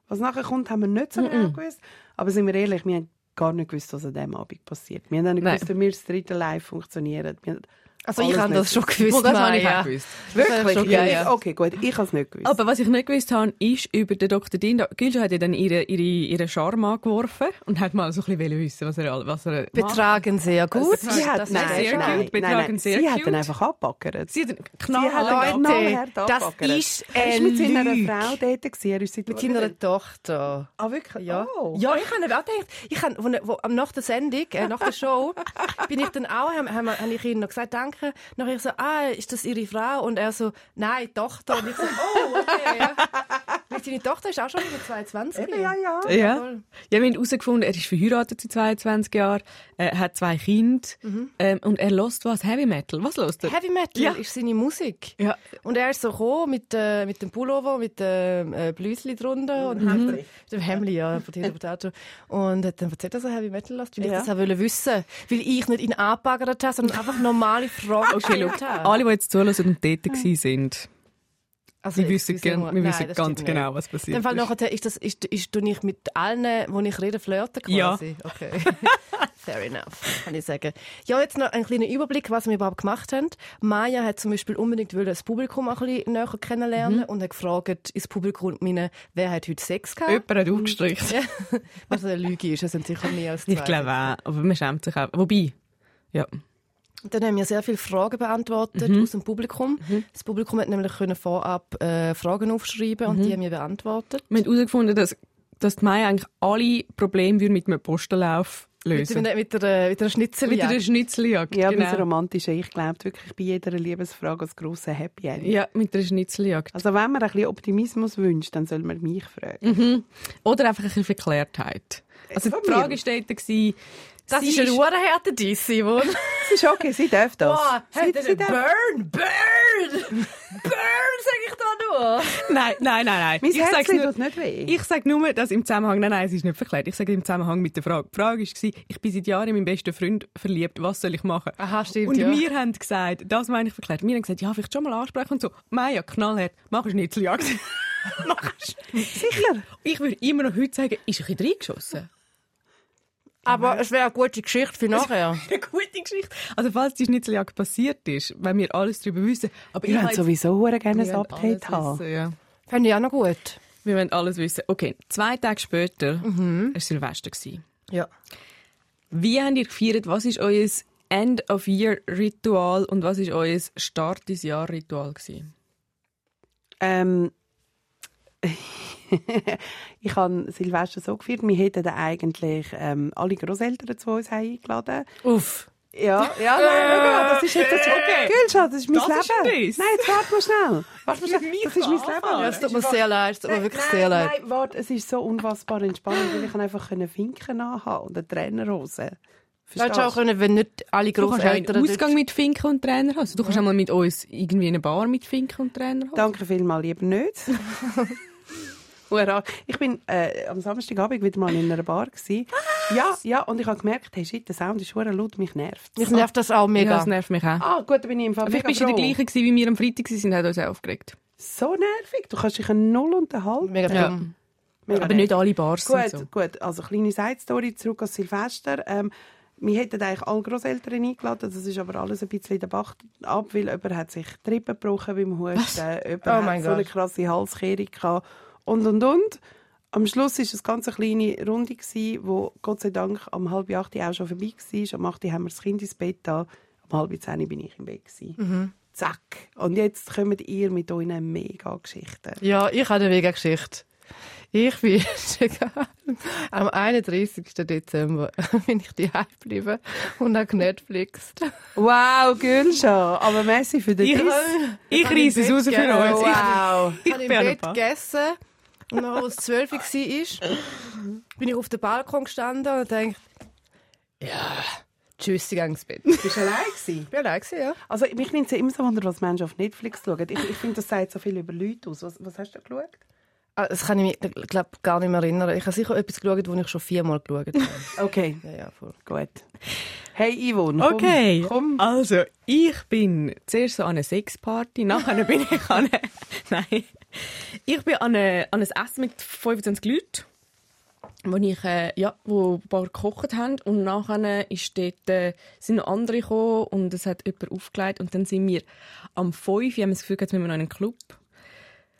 B: Was nachher kommt, haben wir nicht so genau gewusst. Aber sind wir ehrlich, wir haben gar nicht gewusst, was an diesem Abend passiert. Wir haben auch nicht
A: Nein.
B: gewusst, wie wir das dritte live funktionieren. Wir haben
C: Also ich
B: alles
C: habe das
B: nicht
C: schon gewusst,
A: Well, das habe ich
C: Maya.
A: auch gewusst.
C: Das habe ich
B: Wirklich?
C: schon gewusst.
B: Ja, Okay, gut. Ich habe es nicht gewusst.
A: Aber was ich nicht gewusst habe, ist über den Dr. Dindo. Gülscha hat ja dann ihre, ihre, ihre Charme angeworfen und hat mal so ein bisschen wissen, was er, all- was er macht.
C: Betragen sehr gut.
B: sie Also, hat,
C: Also Das ist
B: nein,
A: sehr
C: sehr
A: gut.
B: nein,
A: cute,
B: nein,
A: betragen
B: nein.
A: sehr
B: Sie hat
A: cute.
B: dann einfach abgebackert.
A: Sie hat einen
B: Sie hat genau
A: Knall.
B: einen
C: Leute,
B: knallhart
C: das
B: abgebackert.
C: ist
B: Er ist mit seiner
C: eine
B: Frau dort. gewesen. Er ist seit
C: Mit seiner Tochter.
B: Ah, wirklich?
C: Ja.
B: Oh.
C: ja, ich habe eben auch gedacht, ich habe, wo, ne, wo, am- nach der Sendung, äh, nach der Show, bin ich dann auch, habe hab, hab ich ihm noch gesagt, danke. Nachher so, ah, ist das Ihre Frau? Und er so, nein, Tochter. Und ich so, oh, okay. Ja. Ich seine Tochter ist auch schon über 22.
B: Eben, ja, ja.
A: Ja.
C: Jawohl.
A: ja, wir haben herausgefunden, er ist verheiratet seit 22 Jahren, äh, hat zwei Kinder ähm, und er lost was? Heavy Metal. Was lost er?
C: Mhm. Heavy Metal
A: Ja.
C: ist seine Musik.
A: Ja.
C: Und er ist so gekommen mit, äh, mit dem Pullover, mit dem äh, Blüsli
A: Mhm.
C: drunter. Und hat, mit dem Hemli, ja, von Tilo Potato. Und hat dann erzählt, dass er Heavy Metal lässt, weil
B: Ja.
C: ich das auch wollte wissen. Weil ich nicht ihn angebaggert habe, sondern einfach normale Fragen
A: Okay,
C: gestellt
A: look,
C: habe.
A: alle, die jetzt zuhören und dort waren, sind,
C: Also,
A: die wissen,
C: excuse
A: gern,
C: me.
A: wir
C: Nein,
A: wissen
C: das
A: ganz
C: stimmt nicht.
A: genau, was
C: In
A: passiert
C: dem Fall
A: ist.
C: nachher ist das, ist, ist, tue ich mit allen, wo ich rede, flirten
A: Ja.
C: quasi. Okay. Fair enough, kann ich sagen. Ja, jetzt noch ein kleiner Überblick, was wir überhaupt gemacht haben. Maya hat zum Beispiel unbedingt wollen, das Publikum auch ein bisschen näher kennenlernen
A: Mhm.
C: und hat gefragt ins Publikum, meine, wer hat heute Sex gehabt?
A: Jemand hat aufgestrichen.
C: Ja. Was eine Lüge ist, das sind sicher mehr als zwei.
A: Ich glaube auch, aber man schämt sich auch. Wobei, ja.
C: Und Dann haben wir sehr viele Fragen beantwortet
A: Mhm.
C: aus dem Publikum. Das Publikum hat nämlich können vorab äh, Fragen aufschreiben
A: Mhm.
C: und die haben wir beantwortet.
A: Wir haben herausgefunden, dass, dass die Maya eigentlich alle Probleme würde mit einem Postenlauf
C: Mit,
A: lösen
C: einer- mit einer, mit einer
A: Also- Mit
C: Schnitzeljagd.
A: einer Schnitzeljagd.
B: Oh Ja, mein
A: genau.
B: romantischer, ich glaube wirklich bei jeder Liebesfrage als grosse Happy End.
A: ja, mit einer Schnitzeljagd.
B: Also wenn man ein bisschen Optimismus wünscht, dann soll man mich fragen.
A: Oder einfach ein bisschen Verklärtheit. Also
B: Äh, Von
A: die
B: mir.
A: Frage steht da, gewesen,
C: Das
A: sie
C: ist ein urhärter Dissi, wo...
B: Es ist okay, sie darf das.
C: Boah,
B: sie,
C: hat er
B: sie
C: einen
B: darf.
C: Burn! Burn! Burn, sag ich da nur!
A: Nein, nein, nein, nein.
B: Mein
A: ich
B: Herz
A: sag's nur,
B: tut nicht weh.
A: ich sage nur, dass im Zusammenhang, nein, nein, es ist nicht verklärt. Ich sage im Zusammenhang mit der Frage. Die Frage war, ich bin seit Jahren in meinen besten Freund verliebt, was soll ich machen?
C: Aha, stimmt,
A: Und
C: ja.
A: wir haben gesagt, das meine ich verklärt. Wir haben gesagt, ja, vielleicht schon mal ansprechen und so. Maja, knallhart, mach eine Schnitzeljagd. Machst.
B: Sicher.
A: Ich würde immer noch heute sagen, ist ein bisschen reingeschossen.
C: Aber es wäre eine gute Geschichte für nachher.
A: Eine gute Geschichte. Also falls die Schnitzeljagd passiert ist, wenn wir alles darüber wissen. Aber
B: Ich
A: ich
B: würde sowieso sehr gerne ein
A: Wir wollen
B: Update
A: alles
B: haben.
A: wissen, ja.
C: Fände ich auch noch gut.
A: Wir wollen alles wissen. Okay, zwei Tage später
B: Mhm.
A: war Silvester. Gewesen.
C: Ja.
A: Wie habt ihr gefeiert? Was ist euer End-of-Year-Ritual und was ist euer Start ins Jahr-Ritual? gewesen?
B: Ähm, ich habe Silvester so gefeiert, wir hätten dann eigentlich ähm, alle Großeltern zu uns heim eingeladen.
A: Uff.
B: Ja, ja, nein, schau mal, das ist jetzt okay. Gülschat, das ist mein
A: Das ist
B: Leben.
A: nice.
B: nein, jetzt warte mal schnell. Warte mal
A: Mit
B: schnell.
A: mir
B: Das ist mein Leben.
A: anfangen?
C: Es tut mir sehr leid, es tut mir wirklich
B: nein,
C: sehr leid.
B: Nein, warte, es ist so unfassbar entspannend, weil ich kann einfach können Finken anhaben und eine Trainerhose.
C: Du hättest auch können, wenn nicht alle
A: Du kannst auch einen
C: Großeltern
A: Ausgang mit Finken und Trainer haben. Also, du kannst auch mal mit uns irgendwie in eine Bar mit Finken und Trainer haben.
B: Danke vielmals, lieber nicht. Hurra. ich bin äh, am Samstagabend wieder mal in einer Bar gsi. Ja, ja, und ich habe gemerkt, hey, shit, der Sound ist hure laut, mich nervt.
C: Mich nervt das auch
A: Ja,
C: mega.
A: das nervt mich auch.
B: Ah, gut, da bin ich im Fall
A: Vielleicht
B: mega
A: bist du der
B: froh.
A: gleiche gewesen, wie wir am Freitag waren, hat uns auch aufgeregt.
B: So nervig, du kannst dich an null unterhalten.
C: mega
A: Ja.
C: dumm.
B: Mega
A: Aber nicht alle Bars
B: Gut,
A: sind so.
B: gut. Also kleine Side-Story zurück an Silvester. Ähm, wir hätten eigentlich alle Großeltern eingeladen, das ist aber alles ein bisschen in den Bach ab, weil jemand hat sich die Rippen gebrochen beim Husten, jemand
C: Oh
B: hat
C: mein
B: so eine
C: Gott.
B: krasse Halskehrung gehabt und, und, und. Am Schluss war es eine ganz kleine Runde, die Gott sei Dank am halb acht auch schon vorbei war. Am acht haben wir das Kind ins Bett da, am halb zehn bin ich im Bett. Mhm. Zack. Und jetzt kommt ihr mit euren Mega-Geschichten.
C: Ja, ich habe eine mega Geschichte. Ich bin am 31. Dezember bin ich die geblieben und habe Netflix.
B: Wow, Gülscha, aber merci für den
A: Ich,
B: Tipp.
A: ich
C: habe
A: reise es
C: im
A: raus für
C: Bett gegeben.
A: uns.
B: Wow.
A: Ich,
C: habe
A: ich
C: im
A: bin
C: Bett
A: ein paar.
C: gegessen und nachher, als es 12 Uhr war, bin ich auf dem Balkon gestanden und dachte, ja, tschüss, ich gehe ins Bett. Ich
B: Bist du allein gewesen?
C: war allein, gewesen, ja.
B: Also mich nimmt es ja immer so wunder, was Menschen auf Netflix schauen. Ich, ich finde, das sagt so viel über Leute aus. Was, was hast du da geschaut?
C: Ah, Das kann ich mich, glaube gar nicht mehr erinnern. Ich habe sicher etwas geschaut, das ich schon viermal geschaut habe.
B: Okay,
C: ja, ja, voll.
B: gut. Hey Yvonne, komm.
A: Okay,
B: komm.
A: also ich bin zuerst so an eine Sexparty, nachher bin ich an eine, nein, ich bin an, eine, an ein Essen mit 25 Leuten, wo ich, äh, ja, wo ein paar gekocht haben und nachher ist dort, äh, sind noch andere gekommen und es hat jemand aufgelegt und dann sind wir am 5, ich habe das Gefühl, jetzt müssen wir noch in einen Club.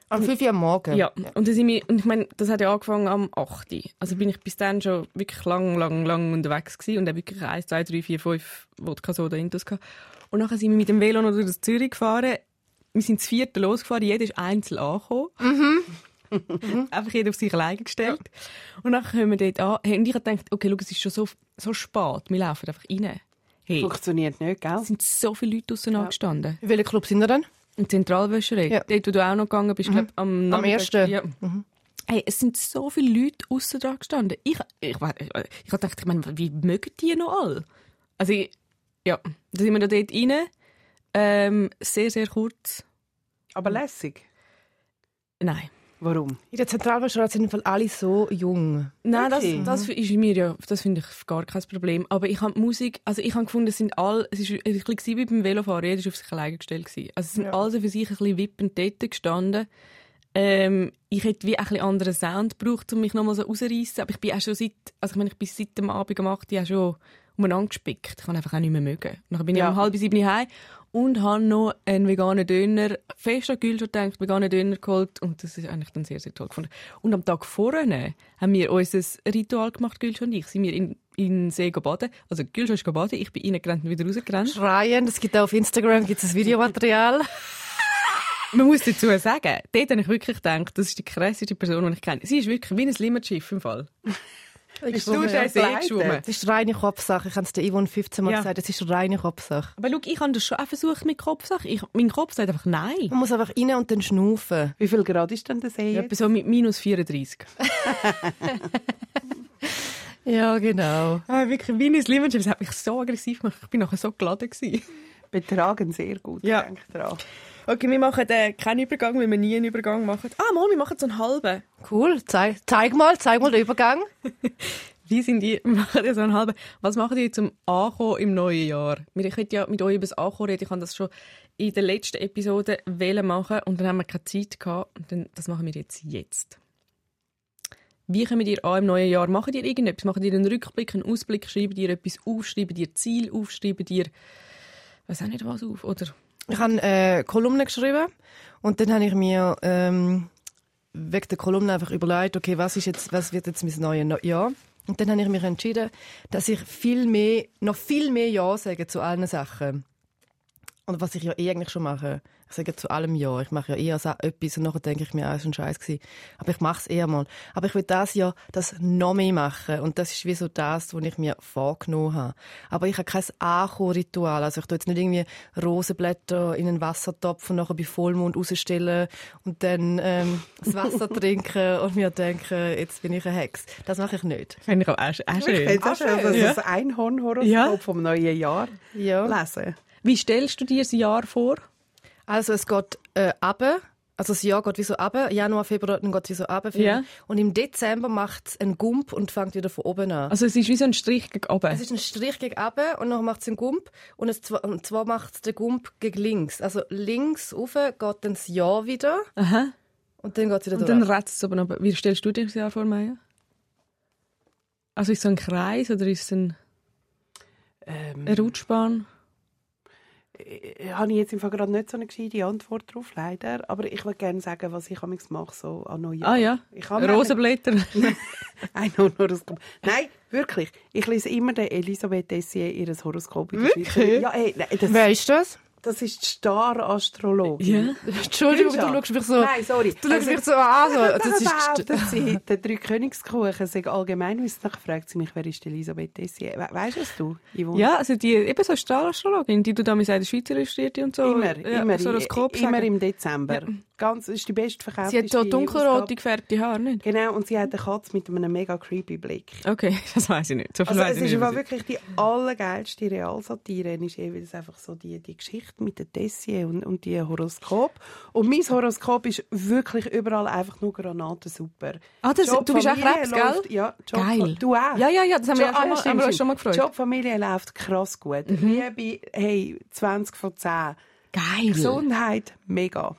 C: Am 5 Uhr am Morgen.
A: Ja, und, dann sind wir, und ich meine, das hat ja angefangen am 8. Also bin ich bis dann schon wirklich lang, lang, lang unterwegs gewesen und habe wirklich 1, 2, 3, 4, 5 Wodka Soda Intus gehabt. Und nachher sind wir mit dem Velo noch durch das Zürich gefahren. Wir sind das vierte losgefahren, jeder ist einzeln angekommen. Einfach jeder auf sich alleine gestellt. Und dann kommen wir dort an. Hey, und ich habe gedacht, okay, schau, es ist schon so, so spät, wir laufen einfach rein. Hey,
B: Funktioniert nicht, gell?
A: es sind so viele Leute draussen angestanden.
C: In welchem Club sind wir denn?
A: Im Zentralwäscherei,
C: Ja. Mhm.
A: dort, wo du auch noch gegangen bist, glaub, am,
C: Am
A: Nachmittag-
C: ersten. Mhm.
A: Ja. Hey, es sind so viele Leute aussen dran gestanden. Ich, ich, we- ich, ich hab gedacht, ich meine, wie mögen die noch alle? Also, ich, ja, da sind wir da dort rein. Ähm, sehr, sehr kurz.
B: Aber lässig.
A: Nein.
B: Warum?
C: In der Zentralwahlstraße sind im Fall alle so jung.
A: Nein, das,
B: Wirklich?
A: das
C: Mhm.
A: ist mir ja, das finde ich gar kein Problem. Aber ich habe die Musik, also ich habe gefunden, es sind alle, es ist ein bisschen gewesen wie beim Velofahren, jeder ist auf sich alleine gestellt gewesen. Also es sind
C: Ja.
A: alle so für sich ein bisschen wippend dort gestanden. Ähm, ich hätte wie ein bisschen anderen Sound gebraucht, um mich nochmal so rauszureissen. Aber ich bin auch schon seit, also ich meine, ich bin seit dem Abend um 8 Uhr auch schon umeinander gespickt. Ich kann einfach auch nicht mehr mögen. Dann bin
B: Ja.
A: ich um halb sieben heim und habe noch einen veganen Döner, fest an Gül schon gedacht, veganen Döner geholt und das ist eigentlich dann sehr, sehr toll gefunden. Und am Tag vorne haben wir unser Ritual gemacht, Gül und ich, sind wir in, in den See baden. Also Gül ist baden, ich bin reingerannt und wieder rausgerannt.
C: Schreien, es gibt auch auf Instagram gibt's ein Videomaterial.
A: Man muss dazu sagen, dort habe ich wirklich gedacht, das ist die krasseste Person, die ich kenne. Sie ist wirklich wie ein Limmerschiff im Fall.
C: Bist
A: Du hast
B: ja.
A: See geschwommen.
C: Das ist reine Kopfsache. Ich habe es der Yvonne 15 Mal
A: Ja.
C: gesagt. Das ist reine Kopfsache.
A: Aber schau, ich habe das schon auch versucht mit Kopfsache. Ich, mein Kopf sagt einfach nein.
C: Man muss einfach rein und dann schnaufen.
B: Wie viel Grad ist denn der See jetzt?
A: Etwa so mit minus 34.
C: Ja, genau.
A: Ah, wirklich, wie ein Limmerschiff. Das hat mich so aggressiv gemacht. Ich bin nachher so geladen. Gewesen.
B: Betragen sehr gut,
A: Ja.
B: denk dran.
A: Okay, wir machen äh, keinen Übergang, weil wir nie einen Übergang machen. Ah, mal, wir machen so einen halben.
C: Cool. Zeig, zeig mal, zeig mal den Übergang.
A: Wie sind die? Wir machen so einen halben. Was machen die zum Ankommen im neuen Jahr? Wir könnten ja mit euch über das Ankommen reden. Ich kann das schon in der letzten Episode wollen machen und dann haben wir keine Zeit gehabt. Und dann, das machen wir jetzt jetzt. Wie kommt ihr an im neuen Jahr? Machen ihr irgendetwas? Machen ihr einen Rückblick, einen Ausblick? Schreiben ihr etwas auf? Schreiben ihr Ziel auf? Schreiben ihr... Weiß auch nicht was auf, oder?
C: Ich habe äh, Kolumne geschrieben und dann habe ich mir ähm, wegen der Kolumne einfach überlegt, okay, was ist jetzt, was wird jetzt mein neues No- Jahr? Und dann habe ich mich entschieden, dass ich viel mehr, noch viel mehr Ja sage zu allen Sachen. Und was ich ja eh eigentlich schon mache. Ich sage zu allem Ja. Ich mache ja eher sa- etwas und nachher denke ich mir, ah, ist ein Scheiß gewesen. Aber ich mache es eher mal. Aber ich will das Jahr das noch mehr machen. Und das ist wie so das, was ich mir vorgenommen habe. Aber ich habe kein Ankommen-Ritual. Also ich tue jetzt nicht irgendwie Rosenblätter in einen Wassertopf und nachher bei Vollmond rausstellen und dann ähm, das Wasser trinken und mir denken, jetzt bin ich eine Hex. Das mache ich nicht.
A: Finde ich auch, auch
B: Ich
A: schön.
B: finde das schön, also das Einhornhoroskop
A: Ja.
B: vom neuen Jahr
C: Ja.
B: lesen.
A: Wie stellst du dir das Jahr vor?
C: Also es geht äh, runter. Also das Jahr geht wie so runter. Januar, Februar, dann geht es wie so runter.
A: Ja.
C: Und im Dezember macht es einen Gump und fängt wieder von oben an.
A: Also es ist wie so ein Strich gegen oben.
C: es ist ein Strich gegen oben und dann macht es einen Gump. Und, es, zw- und zwar macht es den Gump gegen links. Also links rauf geht dann das Jahr wieder.
A: Aha.
C: Und dann geht es wieder
A: Und dann rätst du aber noch. Wie stellst du dir das Jahr vor, Maya? Also ist es so ein Kreis oder ist es ein,
B: Ähm,
A: eine Rutschbahn?
B: äh, habe ich jetzt im Fall gerade nicht so eine gescheite Antwort drauf, leider. Aber ich würde gerne sagen, was ich amigs mache, so an Neujahr.
A: Ah ja,
B: Ich habe mir-
A: Rosenblätter.
B: Ein Horoskop. Nein, wirklich. Ich lese immer der Elisabeth Essier ihr Horoskop. in der Schweiz. Ja, ey, nein, das,
C: Wer ist das?
B: das ist die Star-Astrologin.
A: ja.
C: Entschuldigung, du
B: Gülscha.
C: schaust mich so...
B: Nein, sorry. Also,
C: Du schaust mich so an. So. Also- Das ist...
B: Das ist der drei Königskuchen. Sag allgemein, wie fragt sie mich, wer ist die Elisabeth Essier? We weißt es du, Yvonne?
A: ja, also die eben so Strahlenastrologin, die du damals in der Schweiz illustriert und so.
B: Immer,
A: ja,
B: immer,
A: so Horoskop
B: immer
A: sagen.
B: im Dezember. Ganz, ist die bestverkaufteste
A: Sie hat so dunkelrote
B: Ausgabe.
A: gefärbte Haare, nicht?
B: Genau, und sie hat eine Katze mit einem mega creepy Blick.
A: Okay, das weiß ich nicht. So viel
B: Also
A: weiss ich
B: es ist
A: nicht
B: im
A: über
B: Fall
A: sie.
B: wirklich die allergeilste Realsatire, ist jeweils einfach so die, die Geschichte mit der Tessier und, und die Horoskop. Und mein Horoskop ist wirklich überall einfach nur Granaten super.
A: Ah, das- du bist auch Krebs, gell?
B: läuft, Ja, Job,
A: Geil.
B: Du auch.
A: Ja, ja, ja, das haben wir
B: Job- ah,
A: ja schon mal-
B: stimmt,
A: haben wir uns
B: stimmt.
A: schon mal gefreut. Mhm.
B: Jobfamilie läuft krass gut. Liebe, hey, 20 von 10.
A: Geil.
B: Gesundheit, mega.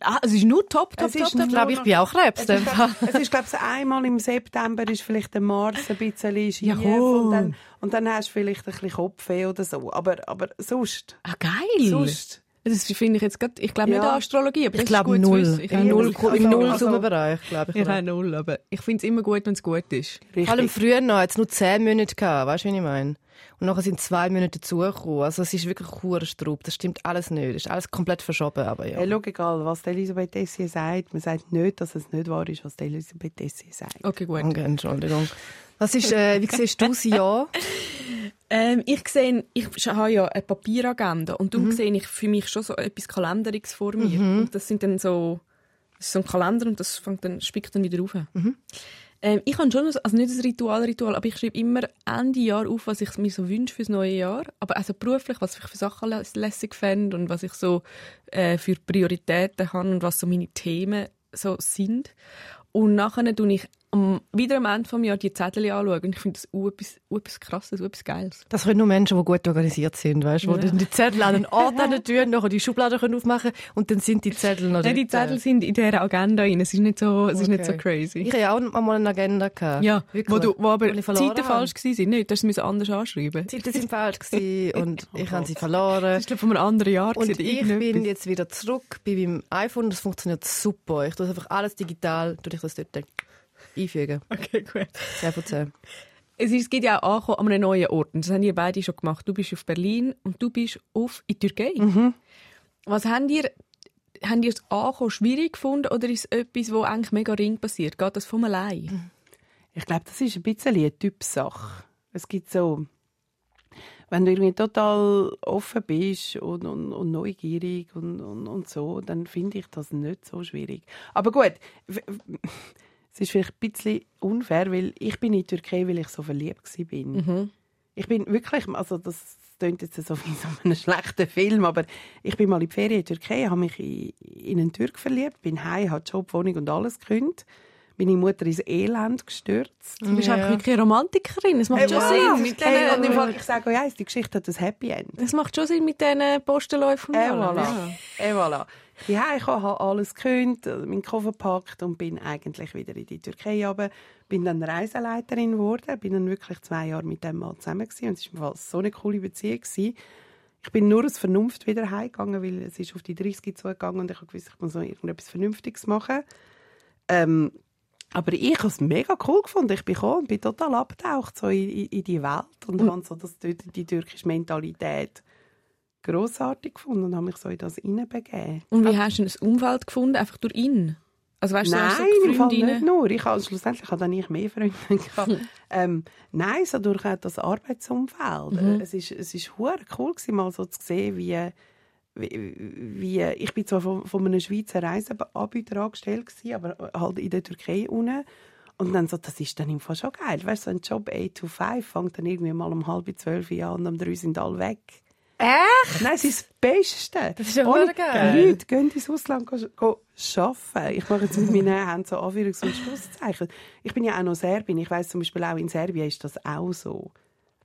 A: ah, es ist nur top, top,
B: Es ist
A: top,
C: Ich
A: top.
C: glaube, ich bin auch Krebs.
B: Es ist, glaub- es ist glaube ich, einmal im September ist vielleicht der Mars ein bisschen schief und dann, und dann hast du vielleicht ein bisschen Kopfweh oder so. Aber, aber sonst,
A: Ah, geil.
B: Sonst.
A: Das finde ich jetzt gerade, ich glaube nicht
B: Ja.
A: an Astrologie, aber das
C: Ich
A: ist
C: glaube
A: gut zu
C: null.
A: wissen. Ich habe
C: Im
B: Ja,
A: null.
C: null-
B: also-
C: im
B: also-
C: Null-Summenbereich, glaube ich.
A: Ich habe null, aber ich finde es immer gut, wenn es gut ist.
B: richtig.
C: Vor allem früher noch, jetzt nur zehn Monate gehabt, weißt du, wie ich meine? Und nachher sind zwei Monate dazugekommen. Also es ist wirklich Hurenstrub. Das stimmt alles nicht. Das ist alles komplett verschoben, aber ja.
B: Hey, schau, egal, was die Elisabeth Essier sagt, man sagt nicht, dass es nicht wahr ist, was die Elisabeth Essier sagt.
A: Okay, gut.
C: Danke, Entschuldigung. Was ist, äh, wie siehst du das Jahr?
A: Ähm, ich sehe, ich sch- habe ja eine Papieragenda und darum sehe ich für mich schon so etwas Kalenderiges vor mir. Und das sind dann so, Das ist so ein Kalender und das fängt dann, spickt dann wieder auf. Ähm, ich habe schon, ein- also nicht ein Ritual, Ritual, aber ich schreibe immer Ende Jahr auf, was ich mir so wünsche fürs neue Jahr. Aber also beruflich, was ich für Sachen lä- lässig fände und was ich so äh, für Prioritäten habe und was so meine Themen so sind. Und nachher tue ich am, wieder am Ende des Jahres die Zettel anschauen. Und ich finde das u- etwas, u- etwas Krasses, u- etwas Geiles.
C: Das können nur Menschen, die gut organisiert sind, weißt du, die dann die Zettel an den Ort an der Tür, nachher die Schublade können aufmachen und dann sind die Zettel noch
A: Nein, die
C: dort. äh.
A: Zettel sind in dieser Agenda rein. Es ist nicht so, es ist nicht so
C: Okay.
A: crazy.
C: Ich hatte ja auch mal eine Agenda. Gehabt.
A: ja, wo, du, wo aber
C: Weil
A: die
C: ich verloren
A: Zeiten
C: habe.
A: falsch waren. Nicht, das musst du anders anschreiben.
C: Die Zeiten sind falsch gewesen und ich habe sie verloren.
A: Das war von einem anderen Jahr.
C: Und
A: gewesen,
C: ich
A: irgendetwas.
C: bin jetzt wieder zurück bei meinem iPhone. Das funktioniert super. Ich tue einfach alles digital, tue ich das dort einfügen.
A: Okay, gut.
C: 10 von 10.
A: Es, ist, es geht ja auch Ankommen an einem neuen Ort. Und das haben ihr beide schon gemacht. Du bist auf Berlin und du bist auf in die Türkei.
C: Mhm.
A: Was habt ihr, habt ihr das Ankommen schwierig gefunden oder ist es etwas, wo eigentlich mega ring passiert? Geht das von
C: Mhm.
A: allein?
B: Ich glaube, das ist ein bisschen eine Typsache. Es gibt so, wenn du irgendwie total offen bist und, und, und neugierig und, und, und so, dann finde ich das nicht so schwierig. Aber gut, w- w- es ist vielleicht ein bisschen unfair, weil ich bin in die Türkei, weil ich so verliebt war. bin. Ich bin wirklich, also das klingt jetzt so wie so einen schlechten Film, aber ich bin mal in die Ferien in der Türkei, habe mich in, in einen Türk verliebt, bin heim, habe Job, Wohnung und alles gekündigt. Meine Mutter ins Elend gestürzt.
A: Du bist einfach wirklich eine Romantikerin. Es macht schon Sinn mit diesen,
B: Hey, und im Fall, ich sage euch eins, die Geschichte hat ein Happy End.
A: es macht schon Sinn mit diesen Postenläufen. und
B: Et
A: allem,
B: Eh, voilà.
A: ja.
B: Et voilà. Ich bin heimgekommen, habe alles gekündigt, meinen Koffer gepackt und bin eigentlich wieder in die Türkei runter. Bin dann Reiseleiterin geworden, bin dann wirklich zwei Jahre mit dem Mann zusammen gewesen. und es war im Fall so eine coole Beziehung. Gewesen. Ich bin nur aus Vernunft wieder heimgegangen, weil es ist auf die 30 zugegangen und ich habe gewusst, ich muss noch irgendetwas Vernünftiges machen. Ähm, aber ich habe es mega cool gefunden. Ich bin gekommen und bin total abgetaucht so in, in, in die Welt und habe so das, die, die türkische Mentalität grossartig gefunden und habe mich so in das hineinbegeben.
A: Und wie hast du denn ein Umfeld gefunden? Einfach durch ihn? Also weißt du, hast du so
B: im Fall
A: Freundinnen?
B: nicht nur. Ich habe, schlussendlich hatte dann ich mehr Freunde. gehabt. ähm, nein, so durch auch das Arbeitsumfeld. Äh, Es ist, es ist hure cool gewesen, mal so zu sehen, wie, wie, wie ich bin zwar von, von einem Schweizer Reiseanbieter angestellt gewesen, aber halt in der Türkei unten. Und dann so, das ist dann im Fall schon geil. Weißt du, so ein Job 8 to 5 fängt dann irgendwie mal um halb zwölf an und um drei sind alle weg.
C: Echt?
B: Nein, es ist das Beste.
C: Das ist ja
B: Ohne-
C: urgeil.
B: Leute gehen ins Ausland go- go arbeiten. Ich mache jetzt mit meinen Händen so Anführungs- und Schlusszeichen. Ich bin ja auch noch Serbin. Ich weiss zum Beispiel auch, in Serbien ist das auch so.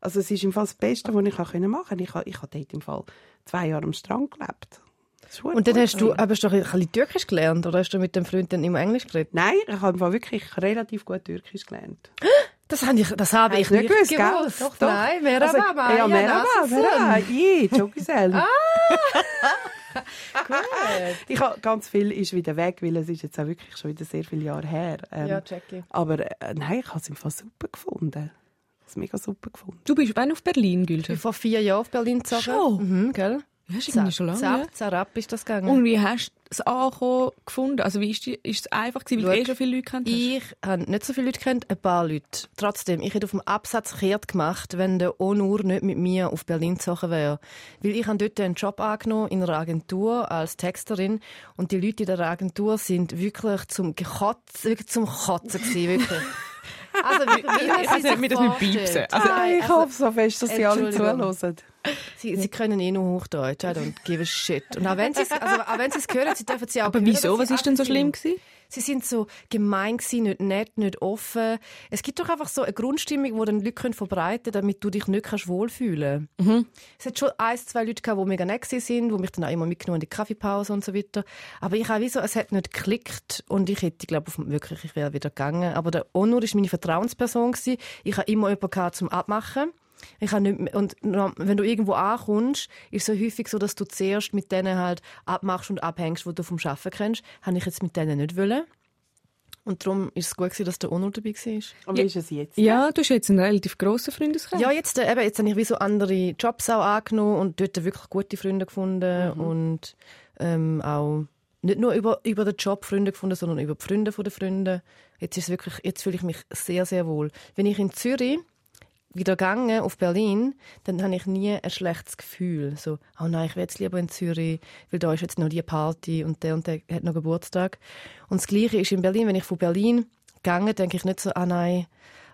B: Also es ist im Fall das Beste, was ich machen konnte. Ich habe ich habe dort im Fall zwei Jahre am Strand gelebt. Das ist
C: Und dann
B: gut.
C: hast du, aber hast du doch ein bisschen Türkisch gelernt oder hast du mit dem Freund dann immer Englisch geredet?
B: Nein, ich habe im Fall wirklich relativ gut Türkisch gelernt.
C: Das habe ich, das habe ich
B: Hast du
C: nicht gewusst. gewusst.
B: Doch, doch.
C: Nein, Merhaba, Maya
B: Ja, Merhaba,
C: Nassim.
B: Merhaba. Je, Jogisel. Ah, Ich habe ganz viel ist wieder weg, weil es ist jetzt auch wirklich schon wieder sehr viele Jahre her. Ähm,
C: Ja, Jackie.
B: aber äh, nein, ich habe es im Fall super gefunden. Ich habe es mega super gefunden.
A: Du bist auch auf Berlin,
C: Ich bin
A: Gülschef.
C: vor vier Jahren auf Berlin gezogen.
A: Schon?
C: Mhm, gell?
A: Ja, ist irgendwie schon lange, ja.
C: 16 ab ist das gegangen.
A: Und wie hast du das Ankommen gefunden? Also wie ist, die, ist es einfach gewesen, weil
C: Schau,
A: du eh schon viele Leute kennt hast?
C: Ich habe nicht so viele Leute kennt, ein paar Leute. Trotzdem, ich hätte auf dem Absatz kehrt gemacht, wenn der Onur nicht mit mir auf Berlin gezogen wäre. Weil ich habe dort einen Job angenommen in einer Agentur als Texterin und die Leute in der Agentur sind wirklich zum Kotzen, wirklich zum Kotzen gewesen, wirklich. Also, wie, wie
A: Also, wir das nicht piepsen. Also-
B: Nein, Ah, ich hoffe so fest, dass sie alle
C: äh, Entschuldigung.
B: zuhören.
C: Sie, sie können eh nur Hochdeutsch, I don't give a shit. Und auch wenn sie es also, auch wenn sie es hören, sie dürfen sie auch
A: Aber
C: hören,
A: wieso?
C: dass
A: Was
C: sie
A: ist denn so
C: acht sind.
A: schlimm gewesen?
C: Sie sind so gemein gewesen, nicht nett, nicht offen. Es gibt doch einfach so eine Grundstimmung, die dann Leute können verbreiten damit du dich nicht kannst wohlfühlen kannst. Es hat schon ein, zwei Leute gehabt, die mega nett gewesen sind, die mich dann auch immer mitgenommen in die Kaffeepause und so weiter. Aber ich habe wie so, es hat nicht geklickt und ich hätte, glaube ich, wirklich, ich wäre wieder gegangen. Aber der Onur war meine Vertrauensperson. Gewesen. Ich habe immer jemanden gehabt, zum Abmachen. Ich habe nicht mehr, und noch- wenn du irgendwo ankommst, ist es so häufig so, dass du zuerst mit denen halt abmachst und abhängst, wo du vom Arbeiten kennst. Habe ich jetzt mit denen nicht wollen. Und darum ist es gut, gewesen, dass der Onur dabei war.
B: Und wie ist es jetzt?
A: Ja, du hast jetzt einen relativ grossen Freundeskreis.
C: Ja, jetzt, äh, eben, jetzt habe ich wie so andere Jobs auch angenommen und dort wirklich gute Freunde gefunden und ähm, auch nicht nur über, über den Job Freunde gefunden, sondern über die Freunde von den Freunden. Jetzt ist es wirklich, jetzt fühle ich mich sehr, sehr wohl. Wenn ich in Zürich wieder gegangen auf Berlin, dann habe ich nie ein schlechtes Gefühl. So, oh nein, ich will jetzt lieber in Zürich, weil da ist jetzt noch die Party und der und der hat noch Geburtstag. Und das Gleiche ist in Berlin. Wenn ich von Berlin gegangen, denke ich nicht so, ah nein,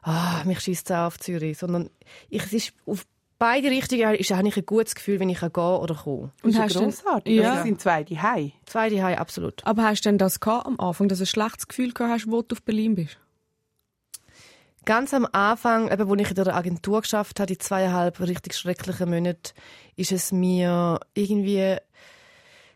C: ah, mich schießt es auch auf Zürich, sondern ich, es ist auf beide Richtungen ist, habe ich ein gutes Gefühl, wenn ich gehen kann oder komme.
A: Und
B: Und das
A: hast
B: ist
A: du-
B: ja grossartig.
A: Ja.
B: Das sind zwei die Hei.
C: Zweite Hause, absolut.
A: Aber hast du denn das gehabt am Anfang, dass du ein schlechtes Gefühl gehabt hast, wo du auf Berlin bist?
C: Ganz am Anfang, eben, wo ich in der Agentur geschafft habe, die zweieinhalb richtig schrecklichen Monate, ist es mir irgendwie,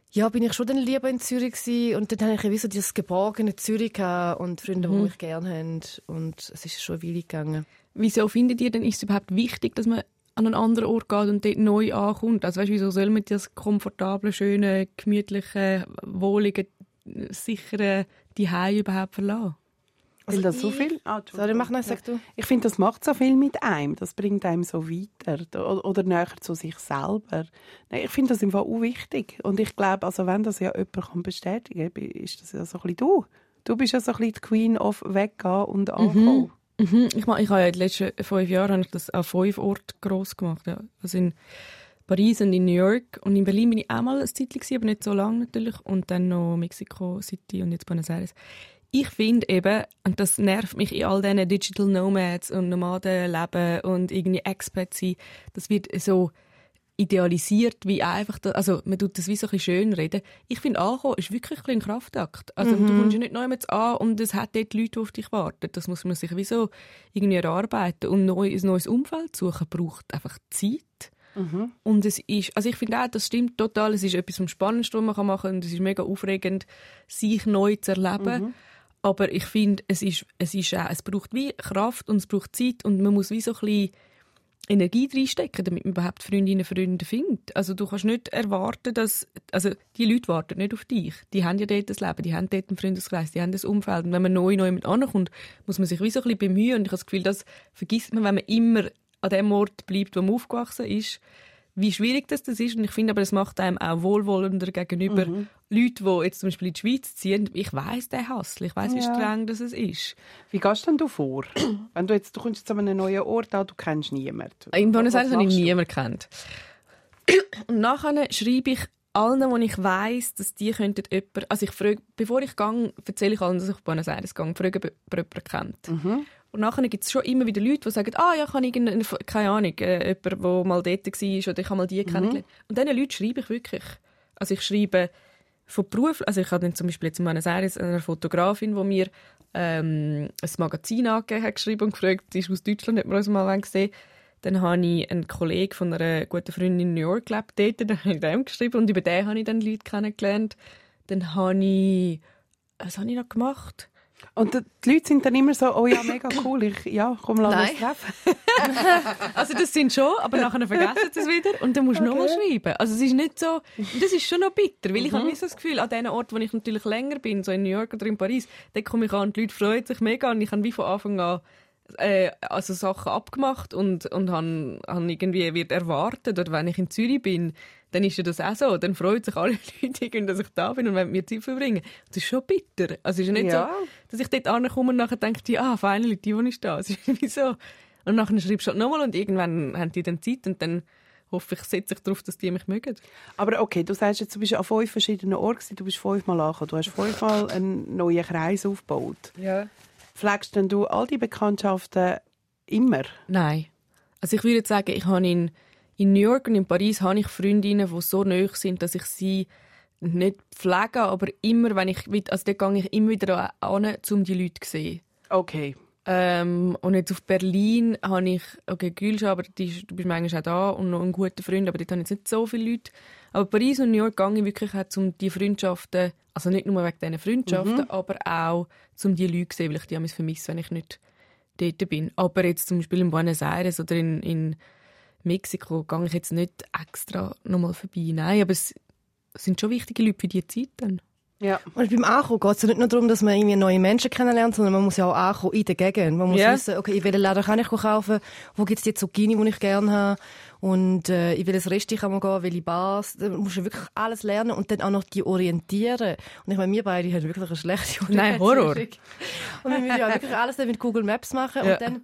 C: ja, bin ich schon dann lieber in Zürich gewesen. und dann habe ich ja wie so dieses geborgene Zürich gehabt und Freunde, die mich gerne haben und es ist schon eine Weile gegangen.
A: Wieso findet ihr denn, ist es überhaupt wichtig, dass man an einen anderen Ort geht und dort neu ankommt? Also weißt, wieso soll man das komfortable, schöne, gemütliche, wohlige, sichere Zuhause überhaupt verlassen?
B: Weil das so
C: ich-
B: viel... Ah, Entschuldigung.
C: Sorry, mach noch, sag du.
B: Ich finde, das macht so viel mit einem. Das bringt einem so weiter Da- o- oder näher zu sich selber. Nein, ich finde das im Fall auch wichtig. Und ich glaube, also wenn das ja jemand kann bestätigen kann, ist das ja so ein bisschen du. Du bist ja so ein bisschen die Queen of weggehen und ankommen.
A: Mhm, Ich, meine, ich habe ja in den letzten fünf Jahren habe ich das an fünf Orten gross gemacht. Ja. Also in Paris und in New York. Und in Berlin bin ich auch mal ein Zeit, gewesen, aber nicht so lange natürlich. Und dann noch Mexico City und jetzt Buenos Aires. Ich finde eben, und das nervt mich in all diesen Digital Nomads und Nomadenleben und irgendwie Expats sein, das wird so idealisiert, wie einfach, da, also man tut das wie so ein bisschen schön reden. Ich finde, ankommen ist wirklich ein, bisschen ein Kraftakt. Also du kommst ja nicht neu an und es hat dort Leute, die auf dich warten. Das muss man sich wie so irgendwie erarbeiten. Und neu, ein neues Umfeld suchen braucht einfach Zeit. Und es ist, also ich finde auch, das stimmt total, es ist etwas vom Spannendsten, was man kann machen kann und es ist mega aufregend, sich neu zu erleben. Aber ich finde, es ist, es ist auch, es braucht wie Kraft und es braucht Zeit und man muss wie so ein bisschen Energie reinstecken, damit man überhaupt Freundinnen und Freunde findet. Also du kannst nicht erwarten, dass... Also die Leute warten nicht auf dich. Die haben ja dort das Leben, die haben dort einen Freundeskreis, die haben das Umfeld. Und wenn man neu, neu mit ankommt, muss man sich wie so ein bisschen bemühen. Und ich habe das Gefühl, das vergisst man, wenn man immer an dem Ort bleibt, wo man aufgewachsen ist. Wie schwierig das, das ist. Und ich finde aber, es macht einem auch wohlwollender gegenüber Leuten, die jetzt zum Beispiel in die Schweiz ziehen. Ich weiß den Hassel, ich weiß, wie
B: Ja.
A: streng das es ist.
B: Wie gehst denn du vor? wenn du jetzt, du kommst jetzt zu einem neuen Ort an, du kennst niemanden.
A: In Buenos
B: Was
A: Aires habe ich
B: machst du?
A: niemanden kennt. Und nachher schreibe ich allen, wo ich weiss, dass die könnten jemanden... Also ich frage, bevor ich gehe, erzähle ich allen, dass ich auf Buenos Aires gehe und frage, ob ob jemand kennt.
B: Mhm.
A: Und nachher gibt es schon immer wieder Leute, die sagen, ah ja, ich habe irgendeinen, keine Ahnung, äh, jemanden, der mal dort war oder ich habe mal
B: Mhm.
A: die kennengelernt. Und diesen Leuten schreibe ich wirklich. Also ich schreibe von Beruf, also ich habe dann zum Beispiel jetzt in Buenos Aires einer Fotografin, die mir ähm, ein Magazin angegeben hat, geschrieben und gefragt, die ist aus Deutschland, hat man uns mal gesehen. Dann habe ich einen Kollegen von einer guten Freundin in New York gelebt, dort, dann habe ich dem geschrieben und über den habe ich dann Leute kennengelernt. Dann habe ich, was habe ich noch gemacht?
B: Und d- die Leute sind dann immer so, oh ja, mega cool, ich, ja, komm, lass
C: Nein.
B: uns treffen.
A: Also das sind schon, aber nachher vergessen sie es wieder und dann musst du nochmal schreiben. Also es ist nicht so, das ist schon noch bitter, weil ich habe nicht so das Gefühl, an den Orten, wo ich natürlich länger bin, so in New York oder in Paris, da komme ich an und die Leute freuen sich mega und ich habe wie von Anfang an äh, also Sachen abgemacht und, und han, han irgendwie wird erwartet oder wenn ich in Zürich bin, dann ist ja das auch so. Dann freuen sich alle Leute, irgendwie, dass ich da bin und wollen mit mir Zeit verbringen. Das ist schon bitter. Also es ist ja nicht
B: Ja.
A: so, dass ich dort ankomme und nachher denke, ah, finally, die, die ist da. Es ist irgendwie so. Und nachher schreibst du halt nochmal und irgendwann haben die dann Zeit und dann hoffe ich, setze ich darauf, dass die mich mögen.
B: Aber okay, du sagst jetzt, du bist an fünf verschiedenen Orten, gewesen, du bist fünfmal angekommen, du hast fünfmal einen neuen Kreis aufgebaut.
C: Ja.
B: Pflegst denn du all die Bekanntschaften immer?
A: Nein. Also ich würde jetzt sagen, ich habe in, in New York und in Paris habe ich Freundinnen, die so nahe sind, dass ich sie nicht pflege, aber immer, wenn ich, will- also dort gehe ich immer wieder an, um die Leute zu sehen.
B: Okay.
A: Ähm, und jetzt auf Berlin habe ich, okay, Gülscha, aber die, ist- du bist manchmal auch da und noch ein guter Freund, aber dort habe ich jetzt nicht so viele Leute. Aber Paris und New York gehe ich wirklich auch, um die Freundschaften, also nicht nur wegen diesen Freundschaften, aber auch, um die Leute zu sehen, weil ich die manchmal vermisse, wenn ich nicht dort bin. Aber jetzt zum Beispiel in Buenos Aires oder in, in Mexiko gehe ich jetzt nicht extra nochmal vorbei. Nein, aber es sind schon wichtige Leute für die Zeit dann.
B: Ja.
C: Und beim Ankommen geht es ja nicht nur darum, dass man irgendwie neue Menschen kennenlernt, sondern man muss ja auch ankommen in der Gegend. Man muss
A: Ja.
C: wissen, okay, in welchen Laden kann ich kaufen, wo gibt es die Zucchini, die ich gerne habe und äh, in welches Restaurant kann man gehen, welche Bars. Da musst du wirklich alles lernen und dann auch noch die orientieren. Und ich meine, wir beide haben wirklich eine schlechte
A: Nein, Horror.
C: Orientierung. Und wir müssen ja wirklich alles dann mit Google Maps machen
A: Ja.
C: und dann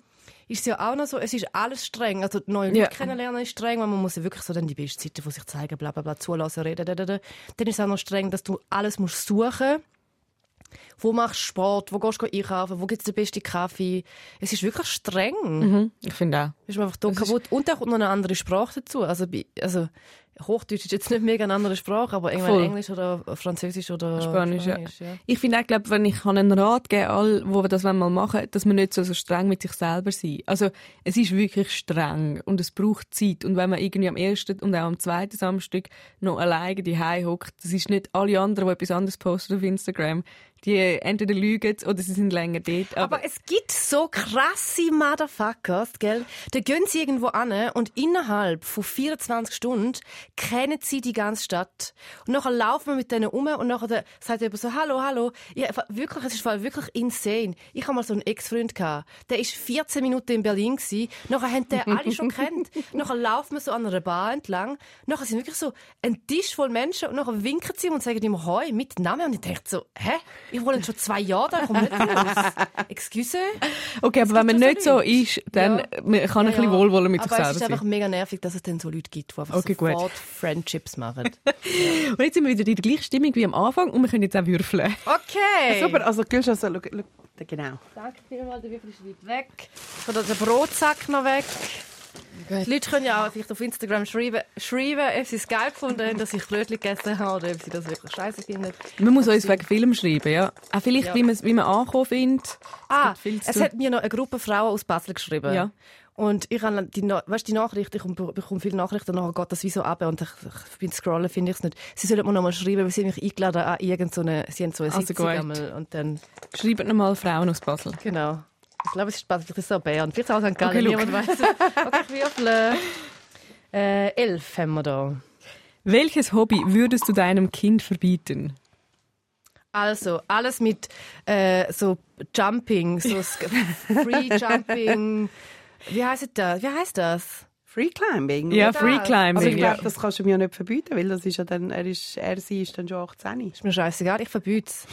C: ist es ja auch noch so, es ist alles streng. Also neue Leute
A: Ja.
C: kennenlernen ist streng, weil man muss ja wirklich so dann die besten Seiten von sich zeigen, bla bla bla, zulassen, reden, da, da, da. Dann ist es auch noch streng, dass du alles musst suchen wo machst du Sport, wo gehst du einkaufen, wo gibt es den besten Kaffee. Es ist wirklich streng.
A: Mhm. Ich finde auch.
C: Ist man einfach dumm kaputt. Und da kommt noch eine andere Sprache dazu. Also, bei, also Hochdeutsch ist jetzt nicht mega eine andere Sprache, aber irgendwann
A: Voll.
C: Englisch oder Französisch oder
A: Spanisch, ja. Ich finde auch, glaub, wenn ich kann einen Rat geben all, wo wir das mal machen, wollen, dass man nicht so, so streng mit sich selber sein. Also es ist wirklich streng und es braucht Zeit und wenn man irgendwie am ersten und auch am zweiten Samstag noch alleine die hockt, das ist nicht alle anderen, die etwas anderes posten auf Instagram, die entweder lügen oder sie sind länger dort. Aber,
C: Aber es gibt so krasse Motherfuckers, gell? Da gehen sie irgendwo an äh, und innerhalb von 24 Stunden kennen sie die ganze Stadt. Und nachher laufen wir mit denen um und nachher sagt jemand so, hallo, hallo. Ja, fa- wirklich, es ist voll wirklich insane. Ich habe mal so einen Ex-Freund gehabt. Der ist 14 Minuten in Berlin gewesen. Nachher haben den alle schon kennt. Nachher laufen wir so an einer Bar entlang. Nachher sind wirklich so ein Tisch voll Menschen und nachher winken sie ihm und sagen ihm Hoi mit Namen. Und ich denke so, hä? Ich wohne jetzt schon zwei Jahre da, ich komme nicht raus. Excuse?
A: okay, aber
C: es
A: wenn man
C: gibt
A: nicht
C: so
A: so
C: Leute.
A: ist, dann
C: Ja.
A: äh, man kann man ein bisschen Wohlwollen mit sich
C: Aber es
A: selber
C: ist einfach
A: sein.
C: mega nervig, dass es dann so Leute gibt, die einfach
A: Okay, gut.
C: sofort Friendships machen.
A: Und jetzt sind wir wieder in der gleichen Stimmung wie am Anfang und wir können jetzt auch würfeln.
C: Okay.
B: Super, also Gülsch, also, schau, schau, genau.
C: Danke vielmals, der Würfel ist weit weg. Oder der Brotsack noch weg. Die Leute können ja auch vielleicht auf Instagram schreiben, schreiben ob sie es geil gefunden haben, dass ich Brötchen gegessen habe oder ob sie das wirklich scheiße finden.
A: Man muss uns wegen Film schreiben, ja. Auch vielleicht,
C: Ja.
A: wie, man's- wie man ankommen findet.
C: Ah,
A: gibt viel zu
C: es
A: tun.
C: hat mir noch eine Gruppe Frauen aus Basel geschrieben.
A: Ja.
C: Und ich habe die, Na- weißt, du, die Nachricht, ich bekomme- bekomme viele Nachrichten, nachher geht das wie so ab und ich, ich bin scrollen, finde ich es nicht. Sie sollen mir nochmal schreiben, weil sie haben mich eingeladen an irgendeine, sie haben so eine
A: Also
C: Sitzung
A: gut.
C: einmal und dann,
A: Schreibt nochmal Frauen aus Basel.
C: genau. Ich glaube, es ist Basel, vielleicht ist es auch Bern, vielleicht auch St. Gallen,
A: Okay, schau.
C: niemand weiß. Okay, ich würfle. Äh, elf haben wir da.
A: Welches Hobby würdest du deinem Kind verbieten?
C: Also, alles mit äh, so Jumping, so Sk- Free Jumping. Wie heißt das? Wie heißt das?
B: Free Climbing.
A: Ja,
B: oder?
A: Free
B: Also ich
A: Climbing.
B: glaube,
A: ja.
B: das kannst du mir ja nicht verbieten, weil das ist ja dann, er ist, er sie ist dann schon 18.
C: Ist mir scheißegal, ich verbiete es.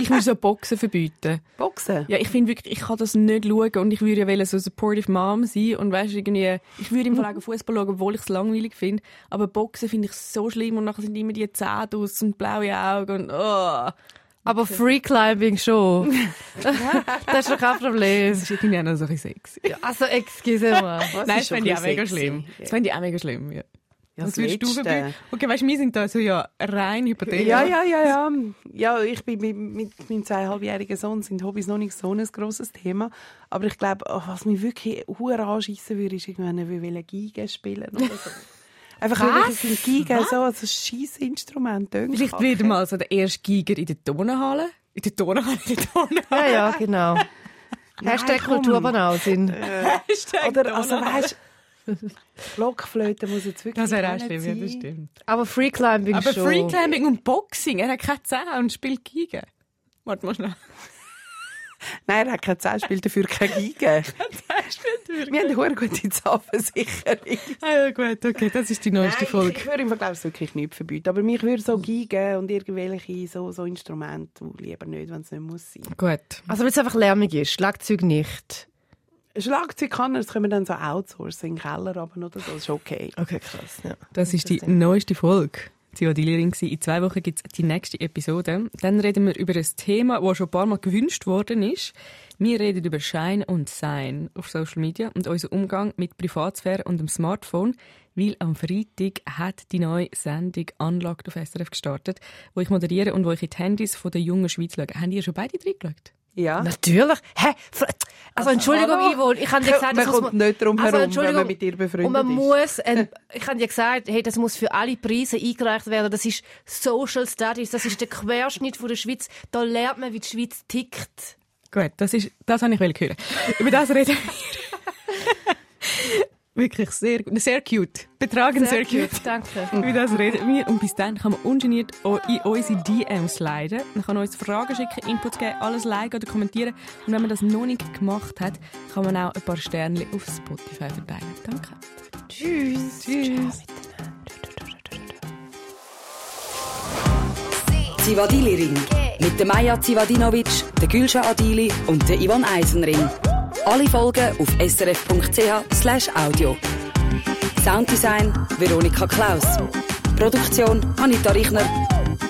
A: Ich würde so Boxen verbieten.
B: Boxen?
A: Ja, ich finde wirklich, ich kann das nicht schauen und ich würde ja wollen so supportive Mom sein und weißt irgendwie, ich würde im Fall auch Fußball schauen, obwohl ich es langweilig finde, aber Boxen finde ich so schlimm und nachher sind immer die Zähne aus und blaue Augen und oh.
C: Aber Freeclimbing schon. das ist doch kein Problem.
A: Das ist irgendwie auch noch so ein bisschen sexy.
C: Also, excuse me.
A: Nein, das
B: ist schon
A: fände ich auch mega
B: ein bisschen sexy.
A: schlimm. Das fände ich auch mega schlimm, ja.
B: das
A: Was würdest du
B: Letzte.
A: verbieten? Okay, weißt du, wir sind da so ja rein hypothetisch.
B: Ja, ja, ja, ja. Ja, ich bin mit, mit meinem zweieinhalbjährigen Sohn sind Hobbys noch nicht so ein grosses Thema. Aber ich glaube, oh, was mich wirklich hure anschiessen würde, ist irgendwann, wenn wir Giga spielen oder so. Einfach weil ich ein Giga so als ein Scheissinstrument denke.
A: Vielleicht wieder mal so der erste Giger in der Tonhalle. In der Tonhalle, in der Tonhalle.
C: Ja, ja, genau. Hashtag
B: komm.
C: Kulturbanausin.
B: Oder, also weißt Blockflöte muss jetzt wirklich
A: Das wäre auch
B: können
A: schlimm, ja, das
B: sein.
A: stimmt.
C: Aber Freeclimbing
A: Aber
C: schon.
A: Freeclimbing und Boxing, er hat keine Zähne und spielt Giger. Warte mal schnell.
B: Nein, er hat kein Zehn, spielt dafür keine Giga. Wir haben eine hure gute Zapfensicherung.
A: Ah ja, gut, okay, das ist die neueste
B: Nein, ich, ich würde ihm glaube ich wirklich nicht verbieten. Aber mich würde so geigen und irgendwelche so, so Instrumente und lieber nicht, wenn es nicht muss sein.
A: Gut.
C: Also, wenn es einfach lärmig ist, Schlagzeug nicht.
B: Schlagzeug kann er, das können wir dann so outsourcen, in den Keller runter oder so, das ist okay.
C: Okay, krass. Ja.
A: Das ist die neueste Folge. Theodilering war. In zwei Wochen gibt es die nächste Episode. Dann reden wir über ein Thema, das schon ein paar Mal gewünscht worden ist. Wir reden über Schein und Sein auf Social Media und unseren Umgang mit Privatsphäre und dem Smartphone, weil am Freitag hat die neue Sendung Unlocked auf SRF gestartet, wo ich moderiere und wo ich in die Handys von der jungen Schweiz schaue. Haben ihr schon beide reingeschaut?
B: Ja.
C: Ah. Natürlich. Hä? Fr- Also, Entschuldigung,
B: hallo?
C: Ivo, ich habe dir gesagt,
B: Man
C: das muss Also,
B: kommt nicht drum herum, wenn
C: Entschuldigung,
B: man mit dir befreundet
C: und man
B: ist.
C: Muss ein, ich habe dir gesagt, hey, das muss für alle Preise eingereicht werden. Das ist Social Studies, das ist der Querschnitt von der Schweiz. Da lernt man, wie die Schweiz tickt.
A: Gut, das ist, das habe ich wollen hören. Über das reden wir. Wirklich sehr gut. Sehr cute. Betragen sehr, cute.
C: danke.
A: Über das reden wir. Und bis dann kann man ungeniert o- in unsere DMs leiten. Man kann uns Fragen schicken, Inputs geben, alles liken oder kommentieren. Und wenn man das noch nicht gemacht hat, kann man auch ein paar Sterne auf Spotify verteilen. Danke. Tschüss. Tschüss.
D: Zivadili Ring. Mit der Maja Zivadinovic, der Gülşah Adili und der Ivan Eisenring. Alle Folgen auf srf.ch/audio. Sounddesign Veronika Klaus. Produktion Anita Richner.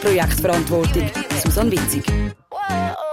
D: Projektverantwortung Susanne Witzig.
E: Whoa.